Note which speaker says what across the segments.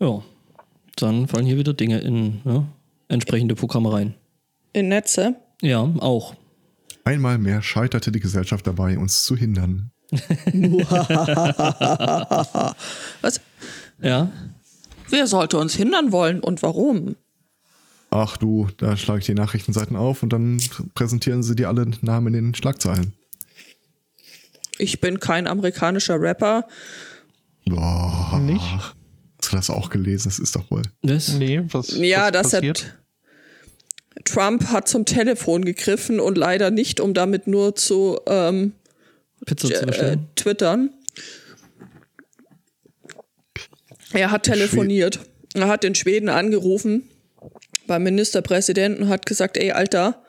Speaker 1: Ja, dann fallen hier wieder Dinge in ne, entsprechende Programme rein.
Speaker 2: In Netze.
Speaker 1: Ja, auch.
Speaker 3: Einmal mehr scheiterte die Gesellschaft dabei, uns zu hindern.
Speaker 2: Was?
Speaker 1: Ja.
Speaker 2: Wer sollte uns hindern wollen und warum?
Speaker 3: Ach du, da schlage ich die Nachrichtenseiten auf und dann präsentieren sie dir alle Namen in den Schlagzeilen.
Speaker 2: Ich bin kein amerikanischer Rapper.
Speaker 3: Boah.
Speaker 4: Nicht?
Speaker 3: Hast du das auch gelesen? Das ist doch wohl.
Speaker 1: Das?
Speaker 4: Nee, was
Speaker 2: Ja,
Speaker 4: was
Speaker 2: das
Speaker 4: passiert?
Speaker 2: hat. Trump hat zum Telefon gegriffen und leider nicht, um damit nur zu ähm,
Speaker 1: Pizza zu
Speaker 2: äh,
Speaker 1: bestellen?
Speaker 2: twittern. Er hat telefoniert. Er hat den Schweden angerufen beim Ministerpräsidenten und hat gesagt, ey Alter,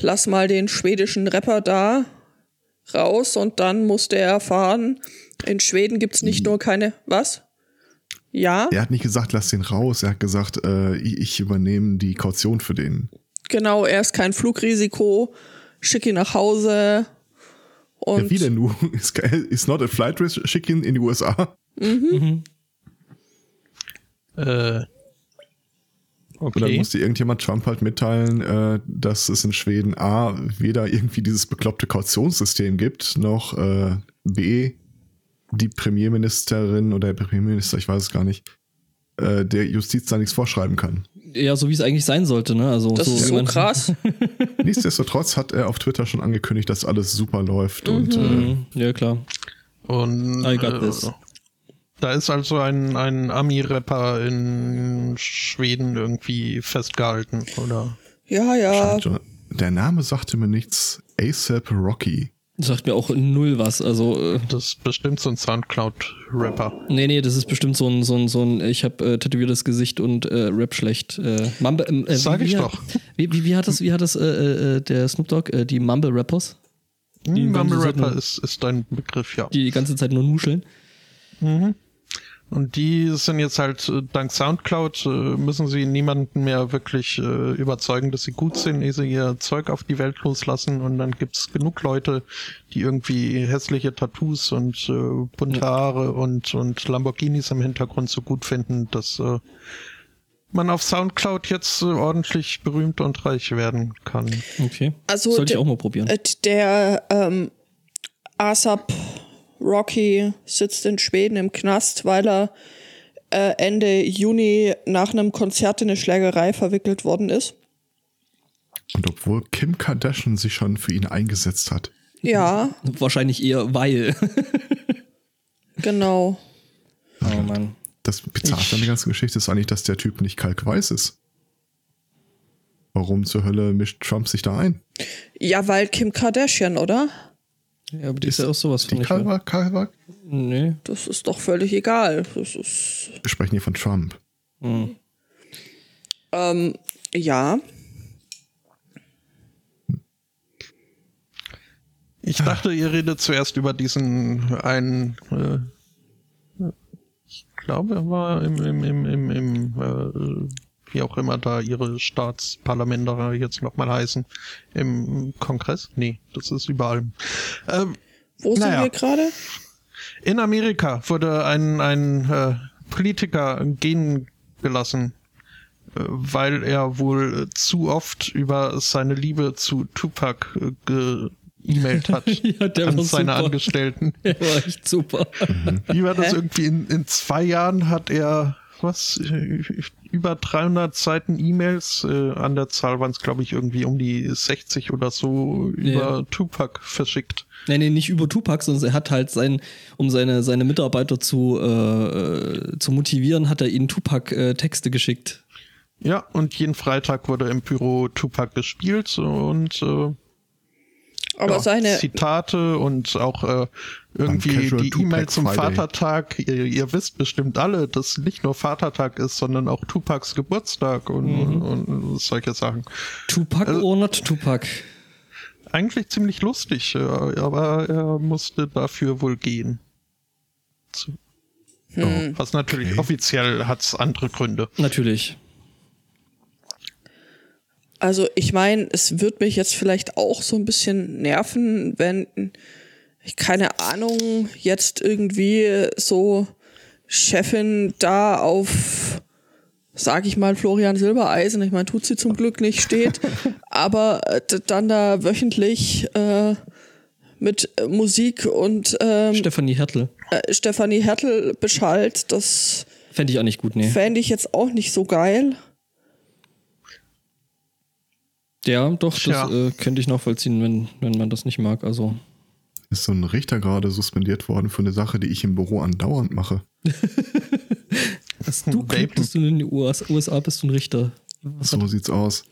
Speaker 2: lass mal den schwedischen Rapper da raus und dann musste er erfahren, in Schweden gibt es nicht nur keine, was? Ja,
Speaker 3: Er hat nicht gesagt, lass den raus. Er hat gesagt, äh, ich ich übernehme die Kaution für den.
Speaker 2: genau, er ist kein Flugrisiko, schick ihn nach Hause und
Speaker 3: Ja, wie denn du? Ist geil. Is not a flight risk, schick ihn in die USA.
Speaker 4: Äh,
Speaker 3: Und dann
Speaker 4: okay.
Speaker 3: musste irgendjemand Trump halt mitteilen, äh, dass es in Schweden A, weder irgendwie dieses bekloppte Kautionssystem gibt, noch äh, B, die Premierministerin oder der Premierminister, ich weiß es gar nicht, äh, der Justiz da nichts vorschreiben kann.
Speaker 1: Ja, so wie es eigentlich sein sollte, ne? Also,
Speaker 2: äh, das ist
Speaker 1: wie
Speaker 2: so
Speaker 1: man-
Speaker 2: krass.
Speaker 3: Nichtsdestotrotz hat er auf Twitter schon angekündigt, dass alles super läuft und äh,
Speaker 1: Mhm. Ja, klar.
Speaker 4: Und
Speaker 2: Ah, Äh,
Speaker 4: äh,
Speaker 1: I got this.
Speaker 4: da ist also ein, ein Ami-Rapper in Schweden irgendwie festgehalten, oder?
Speaker 2: Ja, ja,
Speaker 3: scheint schon- der Name sagte mir nichts. ASAP Rocky.
Speaker 1: Sagt mir auch null was. Also, äh,
Speaker 4: Das ist bestimmt so ein Soundcloud-Rapper.
Speaker 1: nee, nee, das ist bestimmt so ein, so ein, so ein ich habe äh, tätowiertes Gesicht und äh, Rap schlecht. Äh, Mumble, ähm, äh,
Speaker 4: Sag
Speaker 1: wie,
Speaker 4: ich
Speaker 1: wie,
Speaker 4: doch.
Speaker 1: Wie, wie, wie hat das, wie hat das äh, äh, äh, der Snoop Dogg, äh, die Mumble Rappers, Die
Speaker 4: Hm,
Speaker 1: ganze Zeit
Speaker 4: Ami-Rapper
Speaker 1: nur-
Speaker 4: ist, ist ein Begriff, ja.
Speaker 1: die die ganze Zeit nur nuscheln?
Speaker 4: Und die sind jetzt halt äh, dank Soundcloud äh, müssen sie niemanden mehr wirklich äh, überzeugen, dass sie gut sind, ehe sie ihr Zeug auf die Welt loslassen. Und dann gibt's genug Leute, die irgendwie hässliche Tattoos und äh, bunte Haare und, und Lamborghinis im Hintergrund so gut finden, dass äh, man auf Soundcloud jetzt äh, ordentlich berühmt und reich werden kann.
Speaker 1: Okay.
Speaker 2: Also
Speaker 1: Sollte ich
Speaker 2: der-
Speaker 1: auch mal probieren.
Speaker 2: Äh, Der ähm, ASAP Rocky sitzt in Schweden im Knast, weil er äh, Ende Juni nach einem Konzert in eine Schlägerei verwickelt worden ist.
Speaker 3: Und obwohl Kim Kardashian sich schon für ihn eingesetzt hat.
Speaker 2: Ja,
Speaker 1: Wahrscheinlich eher weil.
Speaker 2: genau.
Speaker 1: Oh Mann.
Speaker 3: Das Bizarrste an der ganzen Geschichte ist eigentlich, dass der Typ nicht kalkweiß ist. Warum zur Hölle mischt Trump sich da ein?
Speaker 2: Ja, weil Kim Kardashian, oder?
Speaker 1: Ja, aber die ist ja auch sowas
Speaker 3: Die
Speaker 1: von nicht. ne? wahr?
Speaker 3: Kalver, Kalver,
Speaker 1: Nee.
Speaker 2: Das ist doch völlig egal. Das ist
Speaker 3: wir sprechen hier von Trump.
Speaker 2: ähm, ja.
Speaker 4: Ich dachte, ihr redet zuerst über diesen einen, äh, ich glaube, er war im, im, im, im, im äh, wie auch immer da ihre Staatsparlamente jetzt nochmal heißen, im Kongress? Nee, das ist überall. Ähm,
Speaker 2: Wo sind
Speaker 4: Naja.
Speaker 2: wir gerade?
Speaker 4: in Amerika wurde ein, ein äh, Politiker gehen gelassen, äh, weil er wohl äh, zu oft über seine Liebe zu Tupac äh, ge-emailt hat
Speaker 1: Ja, der
Speaker 4: an
Speaker 1: war
Speaker 4: seine
Speaker 1: super.
Speaker 4: Angestellten.
Speaker 1: Der war echt super.
Speaker 4: Wie war das
Speaker 2: Hä?
Speaker 4: irgendwie? In, in zwei Jahren hat er was äh, über 300 Seiten E-Mails äh, an der Zahl waren es glaube ich irgendwie um die 60 oder so über
Speaker 1: Ja.
Speaker 4: Tupac verschickt.
Speaker 1: Nee, nee, nicht über Tupac, sondern er hat halt sein, um seine, seine Mitarbeiter zu, äh, äh, zu motivieren, hat er ihnen Tupac-Texte geschickt.
Speaker 4: Ja, und jeden Freitag wurde im Büro Tupac gespielt und äh,
Speaker 2: Aber
Speaker 4: ja,
Speaker 2: seine
Speaker 4: Zitate und auch äh, irgendwie
Speaker 3: Casual
Speaker 4: die E-Mail
Speaker 3: Tupac
Speaker 4: zum
Speaker 3: Friday.
Speaker 4: Vatertag. Ihr, ihr wisst bestimmt alle, dass nicht nur Vatertag ist, sondern auch Tupacs Geburtstag und,
Speaker 2: Mhm.
Speaker 4: und, und solche Sachen.
Speaker 1: Tupac or not Tupac?
Speaker 4: eigentlich ziemlich lustig, äh, aber er musste dafür wohl gehen. Zu-
Speaker 2: Hm.
Speaker 4: Oh, was natürlich offiziell hat's andere Gründe.
Speaker 1: Natürlich.
Speaker 2: Also ich meine, es wird mich jetzt vielleicht auch so ein bisschen nerven, wenn ich keine Ahnung jetzt irgendwie so Chefin da auf, sag ich mal, Florian Silbereisen, ich meine, tut sie zum Glück nicht, steht, aber äh, d- dann da wöchentlich äh, mit äh, Musik und ähm,
Speaker 1: Stefanie Hertel.
Speaker 2: äh, Stefanie Hertel beschallt, das
Speaker 1: Fände ich auch nicht gut, nee.
Speaker 2: fände ich jetzt auch nicht so geil.
Speaker 1: Ja, doch, das
Speaker 4: Tja.
Speaker 1: äh, könnte ich nachvollziehen, wenn, wenn man das nicht mag. Also.
Speaker 3: Ist so ein Richter gerade suspendiert worden für eine Sache, die ich im Büro andauernd mache.
Speaker 1: Hast du
Speaker 4: Vapen.
Speaker 1: Glück, dass du in den US USA bist und Richter.
Speaker 3: So sieht's aus.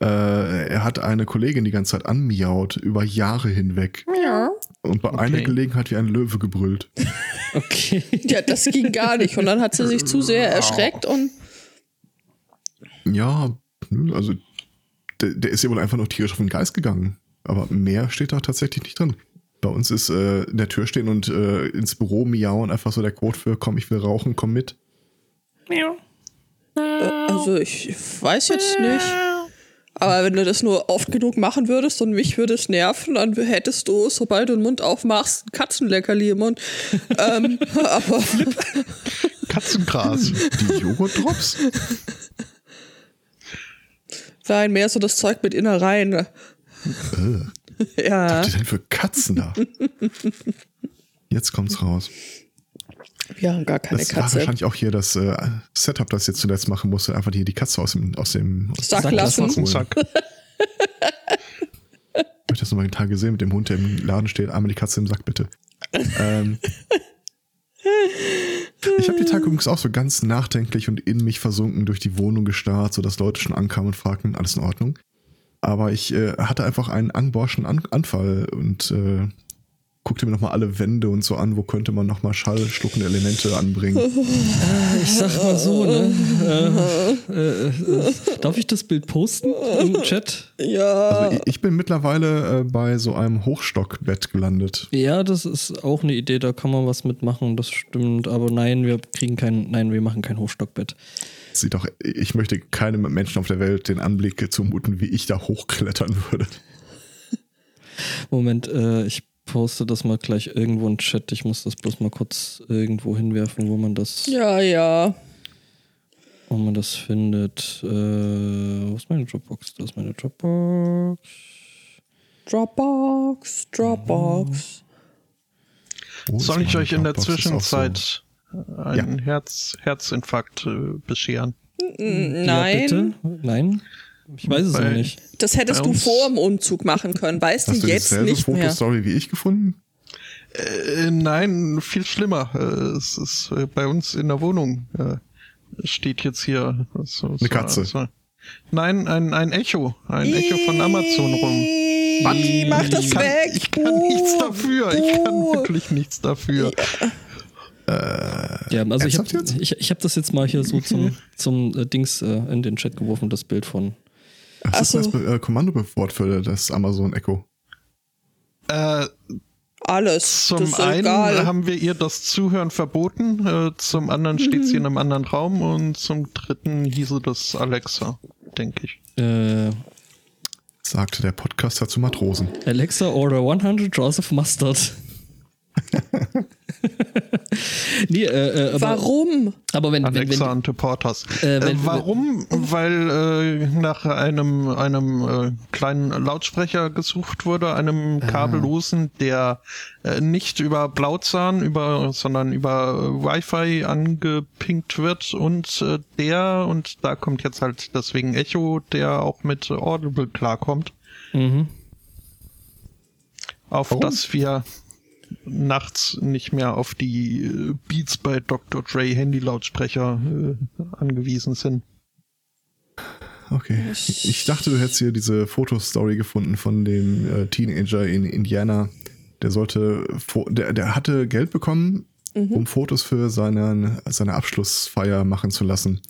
Speaker 3: Äh, er hat eine Kollegin die ganze Zeit anmiaut, über Jahre hinweg.
Speaker 2: Ja.
Speaker 3: Und bei einer
Speaker 4: Okay.
Speaker 3: Gelegenheit wie ein Löwe gebrüllt.
Speaker 1: Okay.
Speaker 2: Ja, das ging gar nicht. Und dann hat sie sich zu sehr erschreckt und
Speaker 3: Ja, nö, also der, der ist ja wohl einfach noch tierisch auf den Geist gegangen. Aber mehr steht da tatsächlich nicht drin. Bei uns ist äh, in der Tür stehen und äh, ins Büro miauen einfach so der Code für komm, ich will rauchen, komm mit.
Speaker 2: Also ich weiß jetzt nicht. Aber wenn du das nur oft genug machen würdest und mich würde es nerven, dann hättest du, sobald du den Mund aufmachst, ein Katzenleckerli im Mund. ähm, aber
Speaker 4: Katzengras.
Speaker 3: Die Joghurtdrops?
Speaker 2: nein, mehr so das Zeug mit Innereien. ja, Ah.
Speaker 3: Was ist Äh, denn für Katzen da? Jetzt kommt's raus.
Speaker 2: wir haben gar keine
Speaker 3: Das war
Speaker 2: Katze.
Speaker 3: wahrscheinlich auch hier das äh, Setup, das ich jetzt zuletzt machen musste. Einfach hier die Katze aus dem. Aus dem aus
Speaker 2: Sack
Speaker 1: Sack
Speaker 2: lassen.
Speaker 1: lassen.
Speaker 3: Cool.
Speaker 4: Zack.
Speaker 3: hab ich das nochmal den Tag gesehen mit dem Hund, der im Laden steht. Einmal die Katze im Sack, bitte. ähm, ich habe die Tag übrigens auch so ganz nachdenklich und in mich versunken durch die Wohnung gestarrt, sodass Leute schon ankamen und fragten, alles in Ordnung. Aber ich äh, hatte einfach einen angborschen An Anfall und äh, guckte mir nochmal alle Wände und so an, wo könnte man nochmal schallschluckende Elemente anbringen.
Speaker 1: Ich sag mal so, ne? Äh, äh, äh, darf ich das Bild posten im Chat?
Speaker 2: Ja,
Speaker 3: Also ich, ich bin mittlerweile äh, bei so einem Hochstockbett gelandet.
Speaker 1: Ja, das ist auch eine Idee, da kann man was mitmachen, das stimmt. Aber nein, wir kriegen kein, nein, wir machen kein Hochstockbett.
Speaker 3: Sieht doch, ich möchte keinem Menschen auf der Welt den Anblick zumuten, wie ich da hochklettern würde.
Speaker 1: Moment, äh, ich poste das mal gleich irgendwo im Chat. Ich muss das bloß mal kurz irgendwo hinwerfen, wo man das,
Speaker 2: ja, ja.
Speaker 1: wo man das findet. Äh, wo ist meine Dropbox? Da ist meine Dropbox.
Speaker 2: Dropbox, Dropbox.
Speaker 3: Oh,
Speaker 4: Soll
Speaker 3: ist
Speaker 4: ich
Speaker 3: meine
Speaker 4: euch in der
Speaker 3: Dropbox, ist auch
Speaker 4: Zwischenzeit einen Herz, Herzinfarkt äh, bescheren?
Speaker 1: Ja,
Speaker 2: Nein,
Speaker 1: bitte? Nein? Ich weiß es noch
Speaker 4: Weil-
Speaker 1: nicht.
Speaker 2: das hättest
Speaker 4: Bei
Speaker 2: du
Speaker 4: uns-
Speaker 2: vor dem Umzug machen können. Weißt
Speaker 3: So. Hast
Speaker 2: du
Speaker 3: du
Speaker 2: jetzt
Speaker 3: dieselbe
Speaker 2: nicht mehr.
Speaker 3: Fotostory wie ich gefunden?
Speaker 4: Äh, nein, viel schlimmer. Äh, es ist äh, bei uns in der Wohnung äh, steht jetzt hier so, so,
Speaker 3: Katze.
Speaker 4: So. Nein, ein, ein Echo. Ein Echo von Amazon rum.
Speaker 2: Ih, Mach das
Speaker 4: ich kann,
Speaker 2: weg.
Speaker 4: Ich kann nichts
Speaker 2: Buh,
Speaker 4: dafür. Ich kann
Speaker 2: buh.
Speaker 4: wirklich nichts dafür.
Speaker 1: Ja, also ich habe
Speaker 3: ernsthaft jetzt?
Speaker 1: ich, ich hab das jetzt mal hier so zum, zum äh, Dings äh, in den Chat geworfen, das Bild von.
Speaker 3: Was ist
Speaker 2: Ach
Speaker 3: das
Speaker 2: so.
Speaker 3: äh, Kommandowort für das Amazon Echo?
Speaker 4: Äh,
Speaker 2: Alles. das
Speaker 4: zum
Speaker 2: ist
Speaker 4: einen
Speaker 2: egal.
Speaker 4: haben wir ihr das Zuhören verboten, äh, zum anderen steht sie in einem anderen Raum und zum dritten hieße das Alexa, denke ich.
Speaker 1: Äh,
Speaker 3: Sagte der Podcaster zu Matrosen.
Speaker 1: Alexa, order 100 jars of mustard. nee, äh, äh, aber,
Speaker 2: Warum?
Speaker 1: aber wenn, wenn,
Speaker 4: Alexa
Speaker 1: wenn
Speaker 4: Ante Portas.
Speaker 1: Äh,
Speaker 4: Äh,
Speaker 1: wenn-
Speaker 4: warum? Weil äh, nach einem, einem äh, kleinen Lautsprecher gesucht wurde, einem kabellosen, der äh, nicht über Blauzahn, über, sondern über äh, Wi-Fi angepinkt wird und äh, der, und da kommt jetzt halt deswegen Echo, der auch mit Audible klarkommt,
Speaker 1: mhm.
Speaker 4: auf das wir nachts nicht mehr auf die äh, Beats bei Dr. Dre Handy-Lautsprecher äh, angewiesen sind.
Speaker 3: Okay. Ich dachte, du hättest hier diese Fotostory gefunden von dem äh, Teenager in Indiana. Der sollte, fo- der, der hatte Geld bekommen, um Fotos für seinen, seine Abschlussfeier machen zu lassen.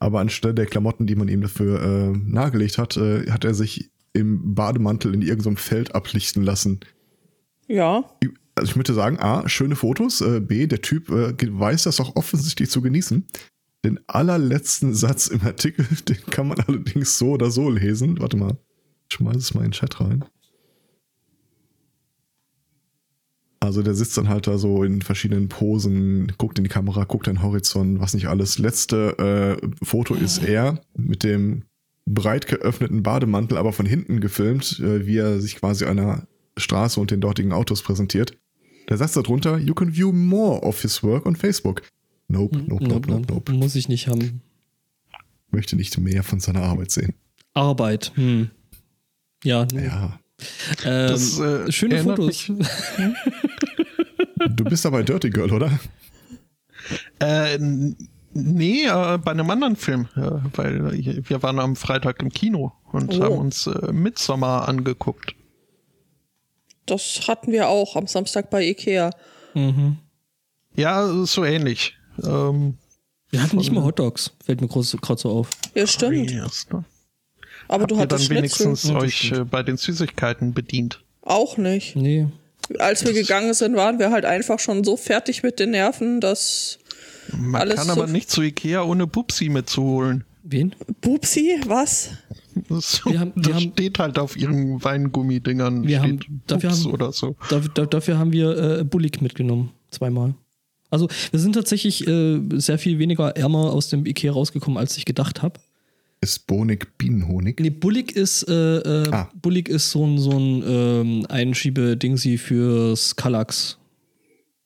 Speaker 3: Aber anstelle der Klamotten, die man ihm dafür äh, nahegelegt hat, äh, hat er sich im Bademantel in irgendeinem Feld ablichten lassen.
Speaker 2: Ja.
Speaker 3: Also ich möchte sagen, A, schöne Fotos, äh, B, der Typ äh, ge- weiß das auch offensichtlich zu genießen. Den allerletzten Satz im Artikel, den kann man allerdings so oder so lesen. Warte mal, ich schmeiß es mal in den Chat rein. Also der sitzt dann halt da so in verschiedenen Posen, guckt in die Kamera, guckt an den Horizont, was nicht alles. Letzte äh, Foto ist er mit dem breit geöffneten Bademantel, aber von hinten gefilmt, äh, wie er sich quasi einer Straße und den dortigen Autos präsentiert. Da sagt er drunter, you can view more of his work on Facebook. Nope, nope, Hm? nope, nope, nope.
Speaker 1: Muss ich nicht haben.
Speaker 3: Möchte nicht mehr von seiner Arbeit sehen.
Speaker 1: Arbeit. Hm. Ja, nee.
Speaker 3: Ja.
Speaker 1: Ähm,
Speaker 4: Das, äh,
Speaker 1: schöne
Speaker 4: erinnert
Speaker 1: Fotos.
Speaker 3: Du bist dabei Dirty Girl, oder?
Speaker 4: Äh, n- nee, äh, bei einem anderen Film, äh, weil ich- wir waren am Freitag im Kino und
Speaker 2: Oh.
Speaker 4: haben uns äh, Midsommar angeguckt.
Speaker 2: Das hatten wir auch am Samstag bei Ikea.
Speaker 1: Mhm.
Speaker 4: Ja, so ähnlich. Ähm,
Speaker 1: Wir hatten nicht mal Hotdogs, fällt mir groß- gerade so auf.
Speaker 2: Ja, stimmt.
Speaker 4: yes, ne?
Speaker 2: Aber du
Speaker 4: Habt ihr
Speaker 2: hattest
Speaker 4: dann
Speaker 2: Schnitzel.
Speaker 4: wenigstens euch äh, bei den Süßigkeiten bedient.
Speaker 2: Auch nicht.
Speaker 1: Nee.
Speaker 2: Als wir gegangen sind, waren wir halt einfach schon so fertig mit den Nerven, dass.
Speaker 4: Man
Speaker 2: Alles
Speaker 4: kann
Speaker 2: so-
Speaker 4: aber nicht zu Ikea ohne Pupsi mitzuholen.
Speaker 1: Wen?
Speaker 2: Pupsi, was?
Speaker 4: Das,
Speaker 1: Wir haben- wir
Speaker 4: das
Speaker 1: haben- Hm?
Speaker 4: steht halt auf ihren Weingummidingern.
Speaker 1: Wir
Speaker 4: steht
Speaker 1: haben- dafür
Speaker 4: Pups
Speaker 1: haben-
Speaker 4: oder so.
Speaker 1: Da, da, dafür haben wir äh, Bullig mitgenommen, zweimal. Also wir sind tatsächlich äh, sehr viel weniger ärmer aus dem Ikea rausgekommen, als ich gedacht habe.
Speaker 3: Ist Bonig Bienenhonig?
Speaker 1: Nee, Bullig ist, äh, äh,
Speaker 3: Ah.
Speaker 1: Bullig ist so ein, so ein ähm, Einschiebedingsi fürs Kallax.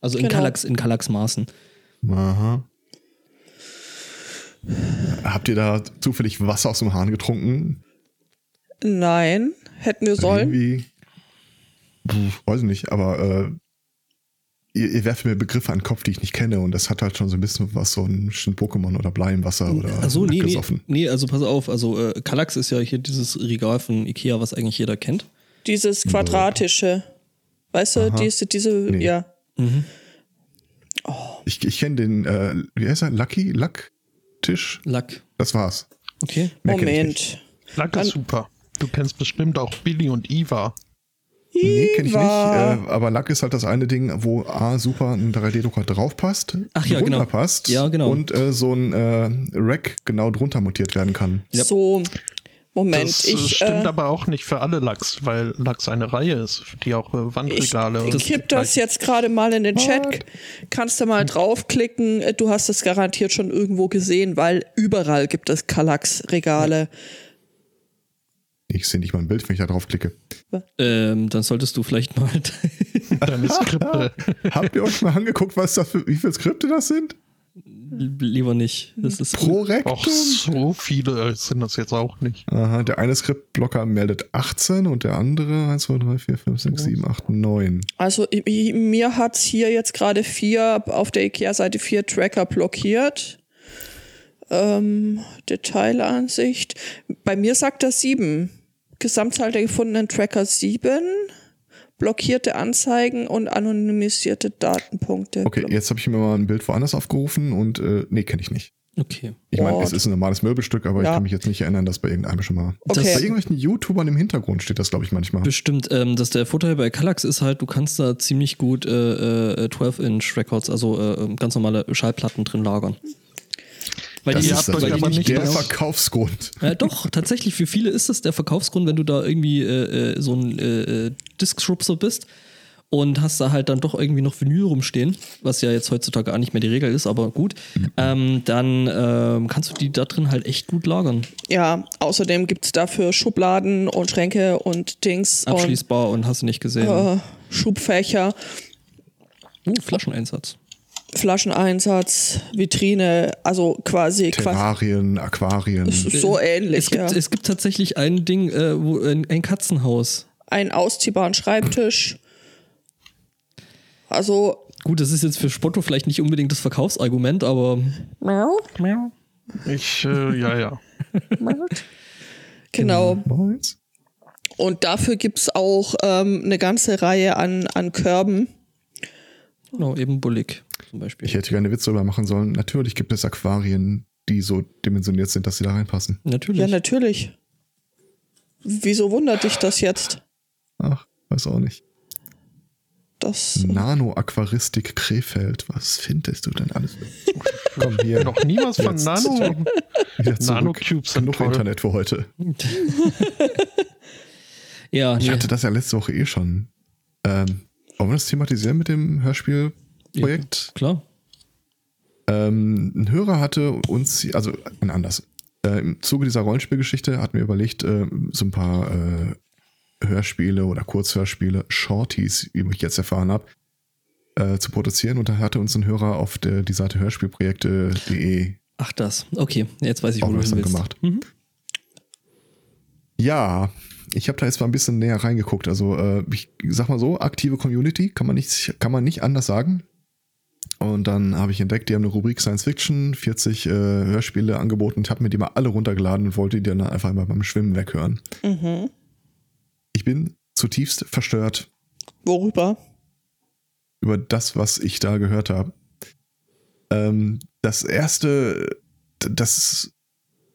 Speaker 1: Also in
Speaker 2: Genau.
Speaker 1: Kallax, in Kallax-Maßen.
Speaker 3: Aha. Habt ihr da zufällig Wasser aus dem Hahn getrunken?
Speaker 2: Nein, hätten wir sollen.
Speaker 3: Irgendwie. Puh, weiß ich nicht, aber äh, ihr, ihr werft mir Begriffe an den Kopf, die ich nicht kenne und das hat halt schon so ein bisschen was, so ein bisschen Pokémon oder Blei im Wasser oder
Speaker 1: Also nee, nee,
Speaker 3: gesoffen.
Speaker 1: nee, also pass auf, also äh, Kallax ist ja hier dieses Regal von Ikea, was eigentlich jeder kennt.
Speaker 2: Dieses quadratische. Weißt du, diese, diese,
Speaker 3: Nee.
Speaker 2: ja.
Speaker 3: Ich, ich kenne den, äh, wie heißt er? Lucky? Luck? Tisch?
Speaker 1: Lack. Das
Speaker 3: Das war's.
Speaker 1: okay.
Speaker 3: Mehr kenn ich
Speaker 2: Moment.
Speaker 4: Lack ist super. Du kennst bestimmt auch Billy und Eva.
Speaker 3: Nee, kenne ich nicht. Äh,
Speaker 2: Iva.
Speaker 3: aber Lack ist halt das eine Ding, wo A, super ein 3D-Drucker draufpasst,
Speaker 1: Ach ja,
Speaker 3: drunter
Speaker 1: genau.
Speaker 3: passt
Speaker 1: Ja, genau.
Speaker 3: und äh, so ein äh, Rack genau drunter montiert werden kann.
Speaker 1: Ja.
Speaker 2: So, Moment,
Speaker 4: das äh,
Speaker 2: ich
Speaker 4: stimmt
Speaker 2: äh,
Speaker 4: aber auch nicht für alle Lachs, weil Lachs eine Reihe ist, die auch äh,
Speaker 2: ich,
Speaker 4: Wandregale
Speaker 2: ich kipp das jetzt gerade mal in den Chat. Kannst du mal draufklicken? Äh, Du hast das garantiert schon irgendwo gesehen, weil überall gibt es Kallax-Regale.
Speaker 3: Ich sehe nicht mal ein Bild, wenn ich da draufklicke.
Speaker 1: Ähm, dann solltest du vielleicht mal
Speaker 4: deine Skripte.
Speaker 3: Habt ihr euch mal angeguckt, was das für, wie viele Skripte das sind?
Speaker 1: lieber nicht. Das ist
Speaker 3: Pro
Speaker 4: Och,
Speaker 3: Rektum?
Speaker 4: so viele äh, sind das jetzt auch nicht.
Speaker 3: Aha, der eine Skriptblocker meldet 18 und der andere 1, 2, 3, 4, 5, 6, 7, 8, 9.
Speaker 2: Also i- i- mir hat's hier jetzt gerade vier, auf der IKEA-Seite vier Tracker blockiert. Ähm, Detailansicht. Bei mir sagt er sieben. Gesamtzahl der gefundenen Tracker sieben. Blockierte Anzeigen und anonymisierte Datenpunkte.
Speaker 3: Okay, jetzt habe ich mir mal ein Bild woanders aufgerufen und äh, nee, kenne ich nicht.
Speaker 1: okay.
Speaker 3: Ich meine,
Speaker 2: Gott.
Speaker 3: es ist ein normales Möbelstück, aber ich
Speaker 2: Ja.
Speaker 3: kann mich jetzt nicht erinnern, dass bei irgendeinem schon mal.
Speaker 2: Okay.
Speaker 3: Bei irgendwelchen YouTubern im Hintergrund steht das, glaube ich, manchmal.
Speaker 1: Bestimmt, ähm, dass der Vorteil bei Kallax ist halt, du kannst da ziemlich gut äh, äh, 12-Inch Records, also äh, ganz normale Schallplatten drin lagern. Weil
Speaker 3: Das
Speaker 4: Ihr
Speaker 3: ist
Speaker 4: habt
Speaker 1: weil
Speaker 4: euch
Speaker 1: die
Speaker 4: aber nicht
Speaker 3: der
Speaker 4: genau-
Speaker 3: Verkaufsgrund.
Speaker 1: Ja, doch, tatsächlich, für viele ist das der Verkaufsgrund, wenn du da irgendwie äh, äh, so ein äh, äh, Disc-Schrubser bist und hast da halt dann doch irgendwie noch Vinyl rumstehen, was ja jetzt heutzutage auch nicht mehr die Regel ist, aber gut,
Speaker 3: Mhm.
Speaker 1: ähm, dann ähm, kannst du die da drin halt echt gut lagern.
Speaker 2: Ja, außerdem gibt's dafür Schubladen und Schränke und Dings und
Speaker 1: Abschließbar und hast du nicht gesehen.
Speaker 2: äh, Schubfächer,
Speaker 1: Uh, Flascheneinsatz.
Speaker 2: Flascheneinsatz, Vitrine, also quasi quasi
Speaker 3: Terrarien, Aquarien.
Speaker 2: so ähnlich.
Speaker 1: Äh, Es gibt,
Speaker 2: ja.
Speaker 1: es gibt tatsächlich ein Ding, äh, wo, ein, ein Katzenhaus.
Speaker 2: einen ausziehbaren Schreibtisch. Also,
Speaker 1: Gut, das ist jetzt für Spotto vielleicht nicht unbedingt das Verkaufsargument, aber
Speaker 4: Ich, äh, ja, ja.
Speaker 2: genau.
Speaker 3: Moins?
Speaker 2: Und dafür gibt's auch ähm, eine ganze Reihe an, an Körben.
Speaker 1: genau, eben bullig zum Beispiel.
Speaker 3: Ich hätte gerne Witze darüber machen sollen. Natürlich gibt es Aquarien, die so dimensioniert sind, dass sie da reinpassen.
Speaker 1: Natürlich.
Speaker 2: Ja, natürlich. Wieso wundert dich das jetzt?
Speaker 3: Ach, weiß auch nicht.
Speaker 2: Das,
Speaker 3: Nano-Aquaristik Krefeld. Was findest du denn alles? Komm hier.
Speaker 4: Noch nie was von
Speaker 3: Jetzt
Speaker 4: Nano.
Speaker 3: wieder zurück.
Speaker 4: Nanocubes sind
Speaker 3: Genug
Speaker 4: toll.
Speaker 3: Internet für heute.
Speaker 1: ja,
Speaker 3: Ich
Speaker 1: nee.
Speaker 3: hatte das ja letzte Woche eh schon. Ähm, Wollen wir das thematisieren mit dem Hörspielprojekt?
Speaker 1: Ja, klar.
Speaker 3: Ähm, ein Hörer hatte uns, also ein anders. Äh, Im Zuge dieser Rollenspielgeschichte hatten wir überlegt, äh, so ein paar äh, Hörspiele oder Kurzhörspiele, Shorties, wie ich jetzt erfahren habe, äh, zu produzieren. Und da hatte uns ein Hörer auf der, die Seite hörspielprojekte.de
Speaker 1: Ach, das. Okay, jetzt weiß ich, wo du hin
Speaker 3: aufmerksam
Speaker 1: willst.
Speaker 3: gemacht.
Speaker 1: Mhm.
Speaker 3: Ja, ich habe da jetzt mal ein bisschen näher reingeguckt. Also äh, ich sag mal so, aktive Community, kann man nicht, kann man nicht anders sagen. Und dann habe ich entdeckt, die haben eine Rubrik Science Fiction, 40 äh, Hörspiele angeboten und habe mir die mal alle runtergeladen und wollte die dann einfach mal beim Schwimmen weghören.
Speaker 2: Mhm.
Speaker 3: Ich bin zutiefst verstört
Speaker 2: Worüber?
Speaker 3: über das, was ich da gehört habe. Ähm, das erste, d- das,